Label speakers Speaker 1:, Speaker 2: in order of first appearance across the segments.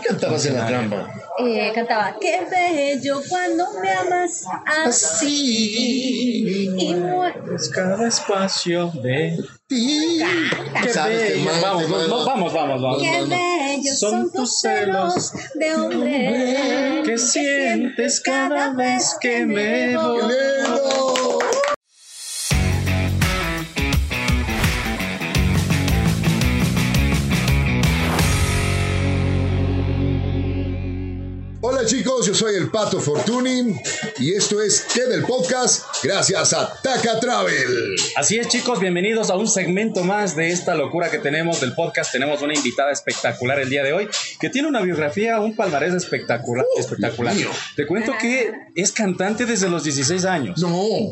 Speaker 1: cantabas en la trampa?
Speaker 2: Eh, cantaba, qué bello cuando me amas así.
Speaker 1: Así
Speaker 2: Y mu-
Speaker 3: Es cada espacio de
Speaker 1: ti.
Speaker 2: Canta.
Speaker 1: ¿Sabes qué
Speaker 3: bello.
Speaker 1: más?
Speaker 3: Vamos, no, no, vamos, vamos, vamos.
Speaker 2: Qué
Speaker 1: no, no.
Speaker 2: bellos
Speaker 3: Son
Speaker 2: son,
Speaker 3: tus
Speaker 2: tus celos de hombre.
Speaker 3: ¿Qué sientes cada vez que me voy?
Speaker 1: ¡Lelo! Hola chicos, yo soy el Pato Fortuny y esto es ¿Qué del Podcast? Gracias a Taca Travel.
Speaker 3: Así es, chicos, bienvenidos a un segmento más de esta locura que tenemos del podcast. Tenemos una invitada espectacular el día de hoy que tiene una biografía, un palmarés espectacular. espectacular.
Speaker 1: mío.
Speaker 3: Te cuento que es cantante desde los 16 años.
Speaker 1: No,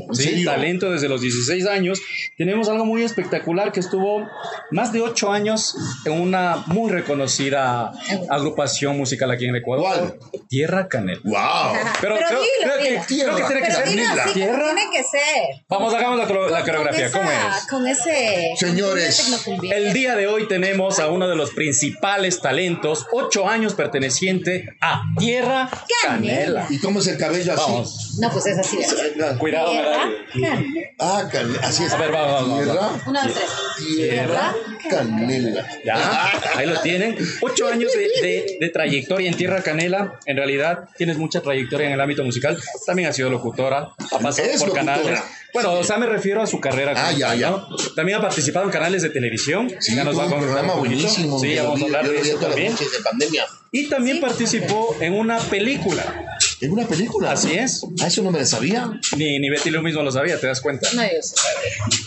Speaker 1: en
Speaker 3: Sí,
Speaker 1: serio.
Speaker 3: talento desde los 16 años. Tenemos algo muy espectacular que estuvo más de 8 años en una muy reconocida agrupación musical aquí en Ecuador. Tierra Canel.
Speaker 1: Wow.
Speaker 3: Pero, creo, creo que, creo que tiene que
Speaker 2: Pero
Speaker 3: ser
Speaker 2: dilo así como
Speaker 3: Tierra.
Speaker 2: tiene que ser.
Speaker 3: Vamos, hagamos la, coro- la coreografía.
Speaker 2: Con
Speaker 3: ¿Cómo
Speaker 2: esa-
Speaker 3: es?
Speaker 2: Con ese.
Speaker 1: Señores,
Speaker 2: con ese tecnocumbia.
Speaker 3: El día de hoy tenemos a uno de los principales talentos, 8 años perteneciente a Tierra Canela.
Speaker 2: Canela.
Speaker 1: ¿Y cómo es el cabello así?
Speaker 3: Vamos.
Speaker 2: No, pues es así. ¿verdad?
Speaker 3: Cuidado, me da.
Speaker 2: Canela.
Speaker 1: Ah, can- así es.
Speaker 3: A ver, vamos, vamos, vamos.
Speaker 1: Tierra,
Speaker 2: Una, dos, tres.
Speaker 1: tierra, canela.
Speaker 3: Ya, ahí lo tienen. Ocho años de, de- de trayectoria en Tierra Canela. En realidad, tienes mucha trayectoria en el ámbito musical. También ha sido locutora, ha pasado
Speaker 1: Es
Speaker 3: por
Speaker 1: locutora.
Speaker 3: canales. Bueno, o sea, me refiero a su carrera.
Speaker 1: Ah,
Speaker 3: como
Speaker 1: ya,
Speaker 3: tal,
Speaker 1: ya.
Speaker 3: ¿no? También ha participado en canales de televisión.
Speaker 1: Sí,
Speaker 3: Ya nos
Speaker 1: tuvo
Speaker 3: va a
Speaker 1: un
Speaker 3: comentar
Speaker 1: programa
Speaker 3: un poquito.
Speaker 1: buenísimo.
Speaker 3: Sí,
Speaker 1: que
Speaker 3: ya
Speaker 1: lo
Speaker 3: vamos a
Speaker 1: vi-
Speaker 3: hablar
Speaker 1: yo
Speaker 3: de
Speaker 1: lo vi
Speaker 3: eso
Speaker 1: todas las
Speaker 3: también.
Speaker 1: noches de pandemia.
Speaker 3: Y también participó en una película.
Speaker 1: ¿En una película?
Speaker 3: Así es.
Speaker 1: Ah, eso no me lo sabía.
Speaker 3: Ni, ni Betty Lu mismo lo sabía, te das cuenta.
Speaker 2: No, yo sé.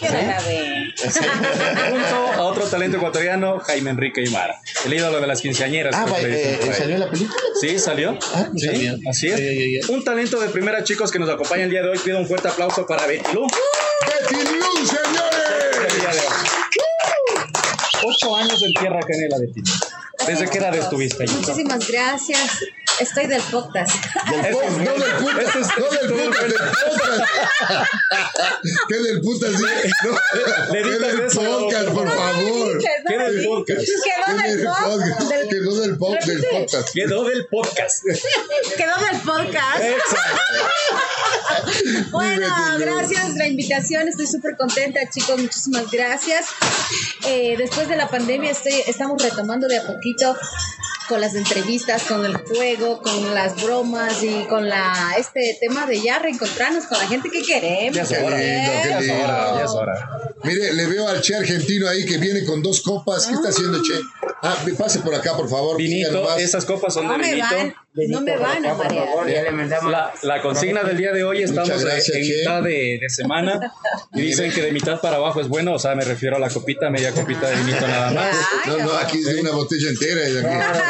Speaker 2: Yo
Speaker 3: ¿Eh?
Speaker 2: no la veo.
Speaker 3: Junto a otro talento ecuatoriano, Jaime Enrique Aymara. El ídolo de las quinceañeras.
Speaker 1: Ah,
Speaker 3: como
Speaker 1: va,
Speaker 3: le
Speaker 1: eh,
Speaker 3: dicen por ahí.
Speaker 1: ¿salió en la película?
Speaker 3: Sí, pues salió.
Speaker 1: Ah, no
Speaker 3: sí,
Speaker 1: sabía.
Speaker 3: así es.
Speaker 1: Ya, ya, ya.
Speaker 3: Un talento de primera, chicos, que nos acompaña el día de hoy. Pido un fuerte aplauso para Betty Lu.
Speaker 1: ¡Betty Lou,
Speaker 3: El día
Speaker 1: señores!
Speaker 3: de hoy. Ocho años en tierra canela, Betty. Lu. Desde qué edad estuviste ahí.
Speaker 2: Muchísimas gracias. Estoy del podcast.
Speaker 1: Del
Speaker 3: Esto
Speaker 1: po-
Speaker 3: es
Speaker 1: no
Speaker 3: bueno.
Speaker 1: del putas,
Speaker 3: Esto es-
Speaker 1: no del
Speaker 3: esto es
Speaker 1: putas, del podcast. ¿Qué del putas? sí? No,
Speaker 3: Le
Speaker 1: ¿Qué
Speaker 3: editas
Speaker 1: del
Speaker 3: eso, ¿no?
Speaker 1: podcast, por favor?
Speaker 3: ¿Qué del podcast?
Speaker 2: Quedó
Speaker 1: ¿Qué
Speaker 2: del
Speaker 1: del podcast?
Speaker 2: podcast.
Speaker 1: Que no del po- del
Speaker 2: Repite.
Speaker 1: podcast.
Speaker 3: Quedó del podcast.
Speaker 2: Quedó del podcast.
Speaker 1: Eh,
Speaker 3: Exacto.
Speaker 2: Bueno,
Speaker 1: divertido.
Speaker 2: gracias la invitación. Estoy súper contenta, chicos. Muchísimas gracias. Eh, después de la pandemia estoy, estamos retomando de a poquito con las entrevistas, con el juego, con las bromas y con la este tema de ya reencontrarnos con la gente que queremos.
Speaker 3: Ya es
Speaker 1: Qué
Speaker 3: hora.
Speaker 1: lindo, qué
Speaker 3: Ya es hora.
Speaker 1: lindo.
Speaker 3: Ya es hora.
Speaker 1: Mire, le veo al che argentino ahí que viene con dos copas. ¿Qué está haciendo, che? Ah, pase por acá, por favor. siga
Speaker 3: Vinito,
Speaker 1: nomás.
Speaker 3: esas copas son
Speaker 2: No
Speaker 3: de
Speaker 2: me
Speaker 3: vinito.
Speaker 2: van, no me van a marear.
Speaker 4: Ya le mandamos.
Speaker 3: La, la consigna del día de hoy estamos
Speaker 1: Muchas gracias,
Speaker 3: en
Speaker 1: Che.
Speaker 3: mitad de, de semana y dicen que de mitad para abajo es bueno, o sea, me refiero a la copita, media copita de vinito nada más.
Speaker 1: No, no, aquí es de una botella entera. es de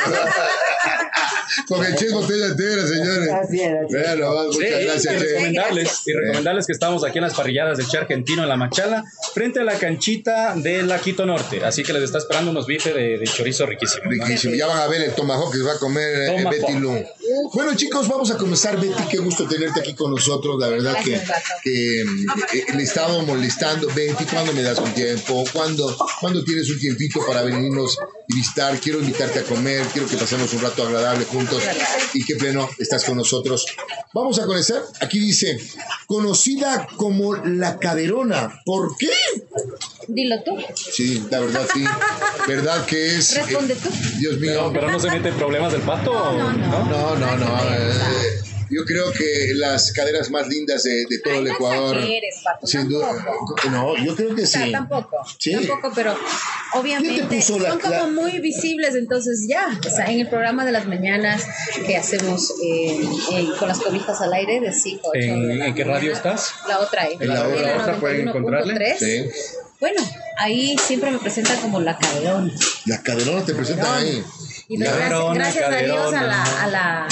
Speaker 1: aquí. Con el che es botella entera, señores.
Speaker 4: Así era, Che.
Speaker 1: Vean nomás,
Speaker 3: Sí,
Speaker 1: muchas
Speaker 3: y
Speaker 1: gracias, che.
Speaker 3: recomendarles,
Speaker 2: Gracias.
Speaker 3: y recomendarles que estamos aquí en las parrilladas del Che Argentino en La Machala, frente a la canchita de la Quito Norte. Así que les está esperando unos bifes de, de chorizo riquísimo. ¿no?
Speaker 1: Riquísimo. Ya van a ver el tomahawk que se va a comer eh,
Speaker 3: Tomahawk.
Speaker 1: Betty Lu. Bueno, chicos, vamos a comenzar, Betty. Qué gusto tenerte aquí con nosotros. La verdad que,
Speaker 2: Gracias, Pato.
Speaker 1: que, eh, le estaba molestando. Betty, ¿cuándo me das un tiempo? ¿Cuándo, ¿Cuándo tienes un tiempito para venirnos y visitar? Quiero invitarte a comer. Quiero que pasemos un rato agradable juntos. Y qué pleno estás con nosotros. Vamos a conocer. Aquí dice, conocida como la caderona. ¿Por qué?
Speaker 2: Dilo tú,
Speaker 1: Sí, la verdad, sí. ¿Verdad que es? eh,
Speaker 2: responde tú.
Speaker 1: Dios mío.
Speaker 3: No, pero no se mete en problemas del pato.
Speaker 2: no, no.
Speaker 1: No, no, no. eh, yo creo que las caderas más lindas de, de todo
Speaker 2: Ay,
Speaker 1: el
Speaker 2: no
Speaker 1: Ecuador.
Speaker 2: exageres, Pato,
Speaker 1: Sin duda.
Speaker 2: tampoco.
Speaker 1: No, yo creo que
Speaker 2: O sea,
Speaker 1: sí.
Speaker 2: tampoco,
Speaker 1: Sí.
Speaker 2: tampoco, pero obviamente
Speaker 1: puso
Speaker 2: son
Speaker 1: la-
Speaker 2: como
Speaker 1: la-
Speaker 2: muy visibles, entonces ya, o sea, en el programa de las mañanas que hacemos eh, eh, con las cobijas al aire de 5 a 8
Speaker 3: ¿En-
Speaker 2: de la
Speaker 3: en qué
Speaker 2: mañana,
Speaker 3: radio estás?
Speaker 2: La otra ahí.
Speaker 1: En la otra.
Speaker 3: La otra pueden encontrarle.
Speaker 2: 91.3.
Speaker 1: Sí.
Speaker 2: Bueno, ahí siempre me presenta como la cadeón.
Speaker 1: La caderona te presenta ahí.
Speaker 2: Y doy
Speaker 3: Caderona,
Speaker 2: gracias, gracias a Dios a la,
Speaker 3: caderona.
Speaker 2: a, la,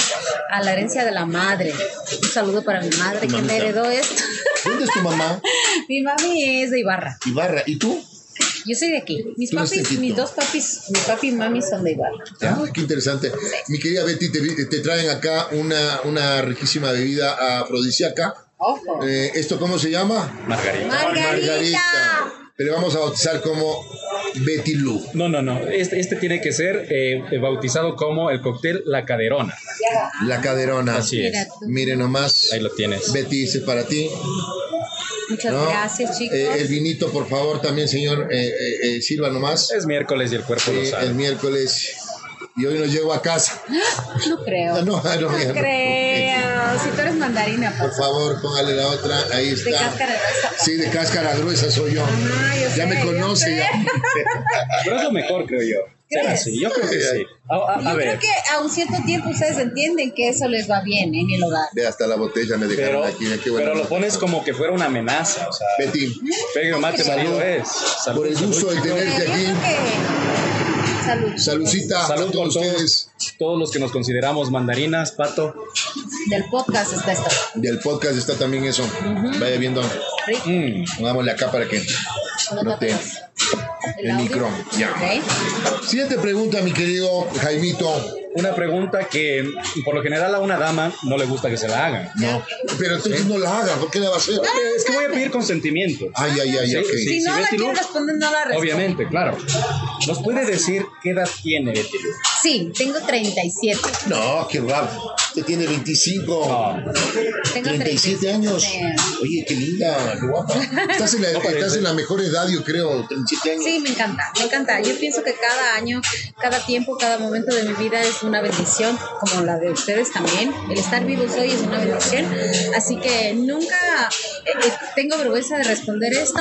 Speaker 2: a la herencia de la madre. Un saludo para mi madre que
Speaker 1: mamita.
Speaker 2: me heredó esto.
Speaker 1: ¿Dónde es tu mamá?
Speaker 2: mi mami es de Ibarra.
Speaker 1: Ibarra. ¿Y tú?
Speaker 2: Yo soy de aquí. Mis
Speaker 1: Tú eres de
Speaker 2: papis,
Speaker 1: Quito.
Speaker 2: mis dos papis, mi papi y mami son de Ibarra.
Speaker 1: Ah, qué interesante. Mi querida Betty, te, vi- te traen acá una, una riquísima bebida afrodisíaca.
Speaker 2: Ojo.
Speaker 1: Eh, ¿Esto cómo se llama?
Speaker 3: Margarita.
Speaker 2: Margarita.
Speaker 1: Margarita. Pero vamos a bautizar como Betty Lou.
Speaker 3: No, no, no. Este, este tiene que ser eh, bautizado como el cóctel La Caderona.
Speaker 1: La caderona.
Speaker 3: Así
Speaker 2: Mira
Speaker 3: es.
Speaker 2: tú.
Speaker 1: Mire nomás.
Speaker 3: Ahí lo tienes.
Speaker 1: Betty, ese es para ti.
Speaker 2: Muchas
Speaker 1: ¿no?
Speaker 2: gracias, chicos.
Speaker 1: Eh, el vinito, por favor, también, señor, eh, eh, eh, sirva nomás.
Speaker 3: Es miércoles y el cuerpo lo
Speaker 1: Eh, el
Speaker 3: sabe.
Speaker 1: miércoles. Y hoy nos llevo a casa.
Speaker 2: no creo.
Speaker 1: No, no, no,
Speaker 2: No
Speaker 1: ya no.
Speaker 2: creo. Si tú eres mandarina,
Speaker 1: Por
Speaker 2: pues.
Speaker 1: favor, póngale la otra. Ahí
Speaker 2: De
Speaker 1: está.
Speaker 2: cáscara de rosa.
Speaker 1: Sí, de cáscara gruesa soy yo.
Speaker 2: Ajá, yo
Speaker 1: Ya
Speaker 2: sé,
Speaker 1: me
Speaker 2: yo
Speaker 1: conoce.
Speaker 2: sé.
Speaker 1: ya.
Speaker 3: Pero es lo mejor, creo yo.
Speaker 2: ¿Crees?
Speaker 3: Será así, yo creo que sí. A, a- a
Speaker 2: Yo
Speaker 3: ver,
Speaker 2: creo que a un cierto tiempo ustedes entienden que eso les va bien ¿eh? en el hogar.
Speaker 1: Ve, hasta la botella me dejaron
Speaker 3: pero,
Speaker 1: aquí. mira, qué buena
Speaker 3: pero lo
Speaker 1: nota.
Speaker 3: pones como que fuera una amenaza. O sea,
Speaker 1: Betty,
Speaker 3: pegue mate, marido es. Salud,
Speaker 1: por el
Speaker 3: salud,
Speaker 1: gusto de
Speaker 3: chicos.
Speaker 2: Eh,
Speaker 1: tenerte
Speaker 2: yo
Speaker 1: aquí.
Speaker 2: creo que- Salud.
Speaker 1: Salucita a
Speaker 3: Salud por
Speaker 1: todos ustedes
Speaker 3: todos, todos los que nos consideramos mandarinas, Pato.
Speaker 2: Del podcast está esto.
Speaker 1: del podcast. Está también eso. Vaya viendo.
Speaker 2: Rick,
Speaker 3: Mm,
Speaker 1: Pongámosle acá para que
Speaker 2: no
Speaker 1: no te.
Speaker 2: tapemos
Speaker 1: el
Speaker 2: audio.
Speaker 1: micro, ya.
Speaker 2: Ok.
Speaker 1: Siguiente pregunta, mi querido Jaimito.
Speaker 3: Una pregunta que por lo general a una dama no le gusta que se la hagan.
Speaker 1: No, pero entonces no la haga, ¿por qué la va a hacer?
Speaker 3: Es que voy a pedir consentimiento.
Speaker 1: Ay, ay, ay,
Speaker 3: Sí,
Speaker 1: ok.
Speaker 3: sí.
Speaker 2: Si no
Speaker 3: si
Speaker 2: la
Speaker 3: Betty
Speaker 2: quiero
Speaker 3: Lou-
Speaker 2: responder, no la respondo.
Speaker 3: Obviamente, claro. ¿Nos puede decir qué edad tiene Betty Lou?
Speaker 2: Sí, tengo 37.
Speaker 1: No, qué guapo. Usted tiene 25,
Speaker 3: No,
Speaker 2: Tengo
Speaker 1: 37 años. Oye, qué linda, qué guapa. Estás en, la,
Speaker 3: No parece.
Speaker 1: estás en la mejor edad, yo creo, 37 años.
Speaker 2: Sí, me encanta, me encanta. Yo pienso que cada año, cada tiempo, cada momento de mi vida es una bendición, como la de ustedes también. El estar vivos hoy es una bendición. Así que nunca eh, eh, tengo vergüenza de responder esto,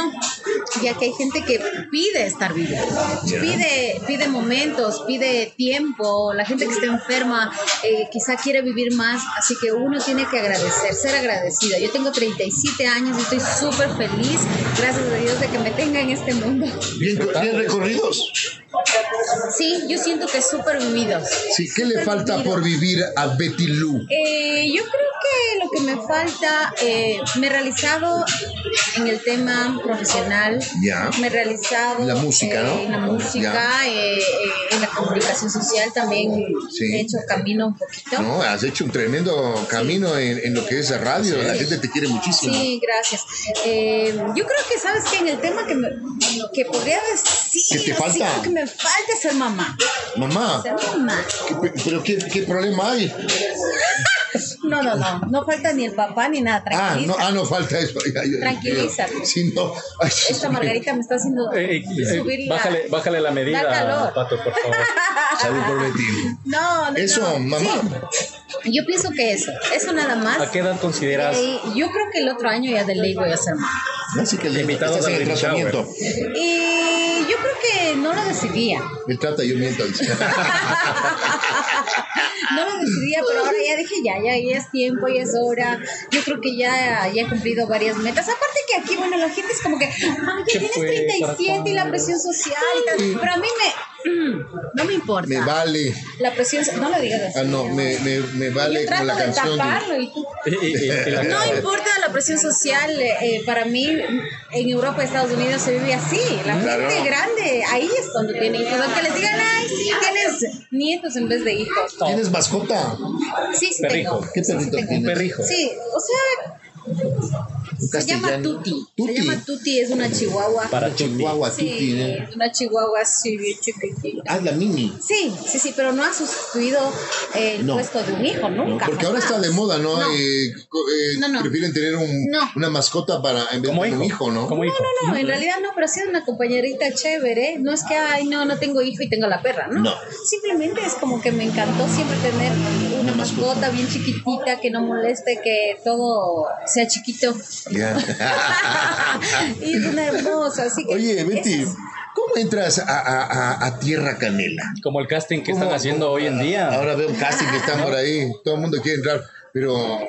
Speaker 2: ya que hay gente que pide estar vivo. Pide, pide momentos, pide tiempo. La gente que está enferma eh, quizá quiere vivir más, así que uno tiene que agradecer, ser agradecida. Yo tengo 37 años y estoy súper feliz, gracias a Dios, de que me tenga en este mundo.
Speaker 1: Bien, bien recorridos.
Speaker 2: Sí, yo siento que súper vividos.
Speaker 1: Sí, ¿qué le falta por vivir a Betty Lou?
Speaker 2: Eh, yo creo que lo que me falta, eh, me he realizado en el tema profesional.
Speaker 1: Ya.
Speaker 2: Me he realizado
Speaker 1: La música,
Speaker 2: eh,
Speaker 1: ¿no?
Speaker 2: en la música, eh, eh, en la comunicación social también
Speaker 1: Sí.
Speaker 2: he hecho camino un poquito.
Speaker 1: No, has hecho un tremendo camino en, en lo que es la radio. La gente te quiere muchísimo.
Speaker 2: Sí, gracias. Eh, yo creo que sabes que en el tema que, me, que podría decir,
Speaker 1: ¿Qué te
Speaker 2: así
Speaker 1: falta?
Speaker 2: como que me falta es ser mamá.
Speaker 1: Mamá,
Speaker 2: Ser mamá.
Speaker 1: ¿qué pe- ¿pero qué, qué problema hay?
Speaker 2: No, no, no. No falta ni el papá ni nada.
Speaker 1: Ah,
Speaker 2: Tranquilízate.
Speaker 1: no, ah, no falta eso. Ay, ay, ay,
Speaker 2: Tranquilízate.
Speaker 1: Sí, no. Ay,
Speaker 2: Esta Margarita me está haciendo
Speaker 3: Eh, eh, eh,
Speaker 2: subir la-
Speaker 3: bájale, bájale la
Speaker 2: Da
Speaker 3: medida,
Speaker 2: calor.
Speaker 3: Pato, por favor.
Speaker 1: Salud por Betty.
Speaker 2: No, no,
Speaker 1: Eso,
Speaker 2: no.
Speaker 1: mamá.
Speaker 2: Sí, yo pienso que eso, eso nada
Speaker 3: ¿A
Speaker 2: más.
Speaker 3: qué edad consideras?
Speaker 2: Eh, yo creo que el otro año ya de ley voy a ser mamá.
Speaker 1: Así que
Speaker 3: Invitados
Speaker 1: estás en
Speaker 3: al
Speaker 1: el
Speaker 3: baby
Speaker 1: tratamiento.
Speaker 2: Y yo creo que no lo decidía.
Speaker 1: Él trata y yo miento. dice.
Speaker 2: No lo decidía, pero ahora ya dije ya, ya, ya es tiempo, ya es hora. Yo creo que ya, ya he cumplido varias metas. Aparte que aquí, bueno, la gente es como que, ay,
Speaker 3: ¿Qué
Speaker 2: ya tienes
Speaker 3: fue? ¿Para
Speaker 2: 37 y la
Speaker 3: cuándo?
Speaker 2: presión social y tal. Pero a mí me, mm, no me importa.
Speaker 1: me vale.
Speaker 2: La presión, no lo digas así.
Speaker 1: Ah, no, me, me, me vale
Speaker 2: yo
Speaker 1: como
Speaker 2: trato
Speaker 1: la
Speaker 2: de
Speaker 1: canción. Eh, de-
Speaker 2: taparlo y tú
Speaker 3: Y- y- y- y la
Speaker 2: No
Speaker 3: cara.
Speaker 2: importa la presión social, eh, eh, para mí en Europa y Estados Unidos se vive así. La
Speaker 1: Claro.
Speaker 2: gente grande, ahí es donde tiene hijos. Aunque les digan, ay, sí, tienes nietos en vez de hijos.
Speaker 1: ¿Tienes mascota?
Speaker 2: Sí, sí,
Speaker 3: Perrijo.
Speaker 2: tengo.
Speaker 1: ¿Qué
Speaker 2: Sí, sí
Speaker 1: perrito
Speaker 2: tengo.
Speaker 1: tienes?
Speaker 3: Perrijo.
Speaker 2: Sí, o sea,
Speaker 1: Un
Speaker 2: se llama
Speaker 1: castellano.
Speaker 2: Tuti.
Speaker 1: Tuti.
Speaker 2: Se llama Tuti, es una chihuahua.
Speaker 3: Para Chuti.
Speaker 1: Chihuahua, Tuti.
Speaker 2: Sí,
Speaker 1: ¿eh?
Speaker 2: una chihuahua así bien chiquitita.
Speaker 1: Ah, la mini.
Speaker 2: Sí, sí, sí, pero no ha sustituido eh, el
Speaker 1: No.
Speaker 2: puesto de un hijo, nunca.
Speaker 1: Porque ahora
Speaker 2: jamás.
Speaker 1: está de moda, ¿no?
Speaker 2: No,
Speaker 1: Eh, co- eh,
Speaker 2: No, no.
Speaker 1: Prefieren tener un-
Speaker 2: No.
Speaker 1: una mascota para en vez
Speaker 3: Como
Speaker 1: de
Speaker 3: hijo.
Speaker 1: un hijo, ¿no?
Speaker 3: Como hijo.
Speaker 2: No, no, en realidad no, pero ha sido una compañerita chévere. No es que, ay, no, no tengo hijo y tengo la perra, ¿no?
Speaker 1: No.
Speaker 2: Simplemente es como que me encantó siempre tener una mascota bien chiquitita que no moleste, que todo sea chiquito.
Speaker 1: Ya.
Speaker 2: y es una hermosa, así que.
Speaker 1: Oye, Betty,
Speaker 2: esas-
Speaker 1: ¿cómo entras a, a- a- a Tierra Canela?
Speaker 3: Como el casting que
Speaker 1: ¿Cómo-
Speaker 3: están haciendo hoy en día.
Speaker 1: Ahora veo casi que están por ahí, todo el mundo quiere entrar, pero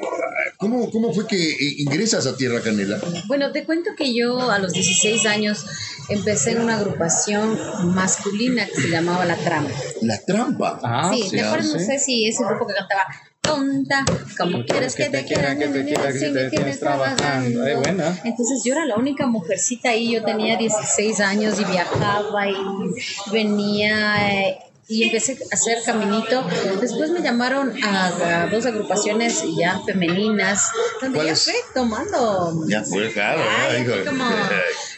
Speaker 1: ¿cómo, cómo fue que eh, ingresas a Tierra Canela?
Speaker 2: Bueno, te cuento que yo a los 16 años empecé en una agrupación masculina que se llamaba La Trama.
Speaker 1: La trampa.
Speaker 3: Ah,
Speaker 2: sí,
Speaker 3: sí,
Speaker 2: ¿te acuerdas?
Speaker 3: sí.
Speaker 2: No sé si ese grupo que cantaba Tonta, como quieres que te quieran, que te quieran, que te tienes trabajando.
Speaker 3: Eh, buena.
Speaker 2: Entonces yo era la única mujercita ahí, yo tenía 16 años y viajaba y venía eh, y empecé a hacer caminito. Después me llamaron a, a dos agrupaciones ya femeninas, donde yo
Speaker 1: ¿Cuáles?
Speaker 2: fui tomando.
Speaker 1: fue, claro.
Speaker 2: Ay,
Speaker 1: ¿no?
Speaker 2: así
Speaker 1: Digo,
Speaker 2: como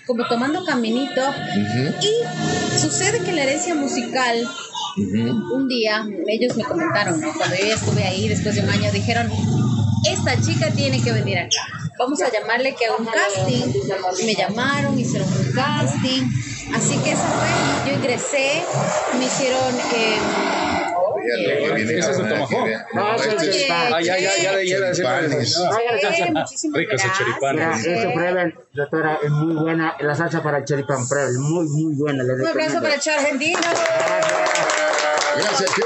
Speaker 2: como tomando caminito.
Speaker 1: Ujú,
Speaker 2: Y sucede que la herencia musical,
Speaker 1: ujú.
Speaker 2: un día, ellos me comentaron, ¿no? cuando yo ya estuve ahí después de un año, dijeron, esta chica tiene que venir acá. Vamos a llamarle que haga un casting. Me llamaron, hicieron un casting. Así que esa fue, yo ingresé, me hicieron... em,
Speaker 1: Ya lo que viene
Speaker 3: Ese es el
Speaker 1: ahora,
Speaker 3: tomahawk.
Speaker 1: que vea.
Speaker 4: No, ese
Speaker 1: este
Speaker 4: es
Speaker 1: es-
Speaker 4: el pan.
Speaker 3: Ah, ya, ya, ya, ya, ya,
Speaker 1: Choripanes.
Speaker 3: ya.
Speaker 2: eh, muchísimas
Speaker 3: Ricos esos
Speaker 2: gracias.
Speaker 4: Mira,
Speaker 3: choripanes.
Speaker 4: esto prueben, doctora, es muy buena. La salsa para el choripán, prueben, muy, muy buena. le
Speaker 2: Un abrazo
Speaker 4: recomiendo.
Speaker 2: para Char Argentino.
Speaker 1: Gracias, che.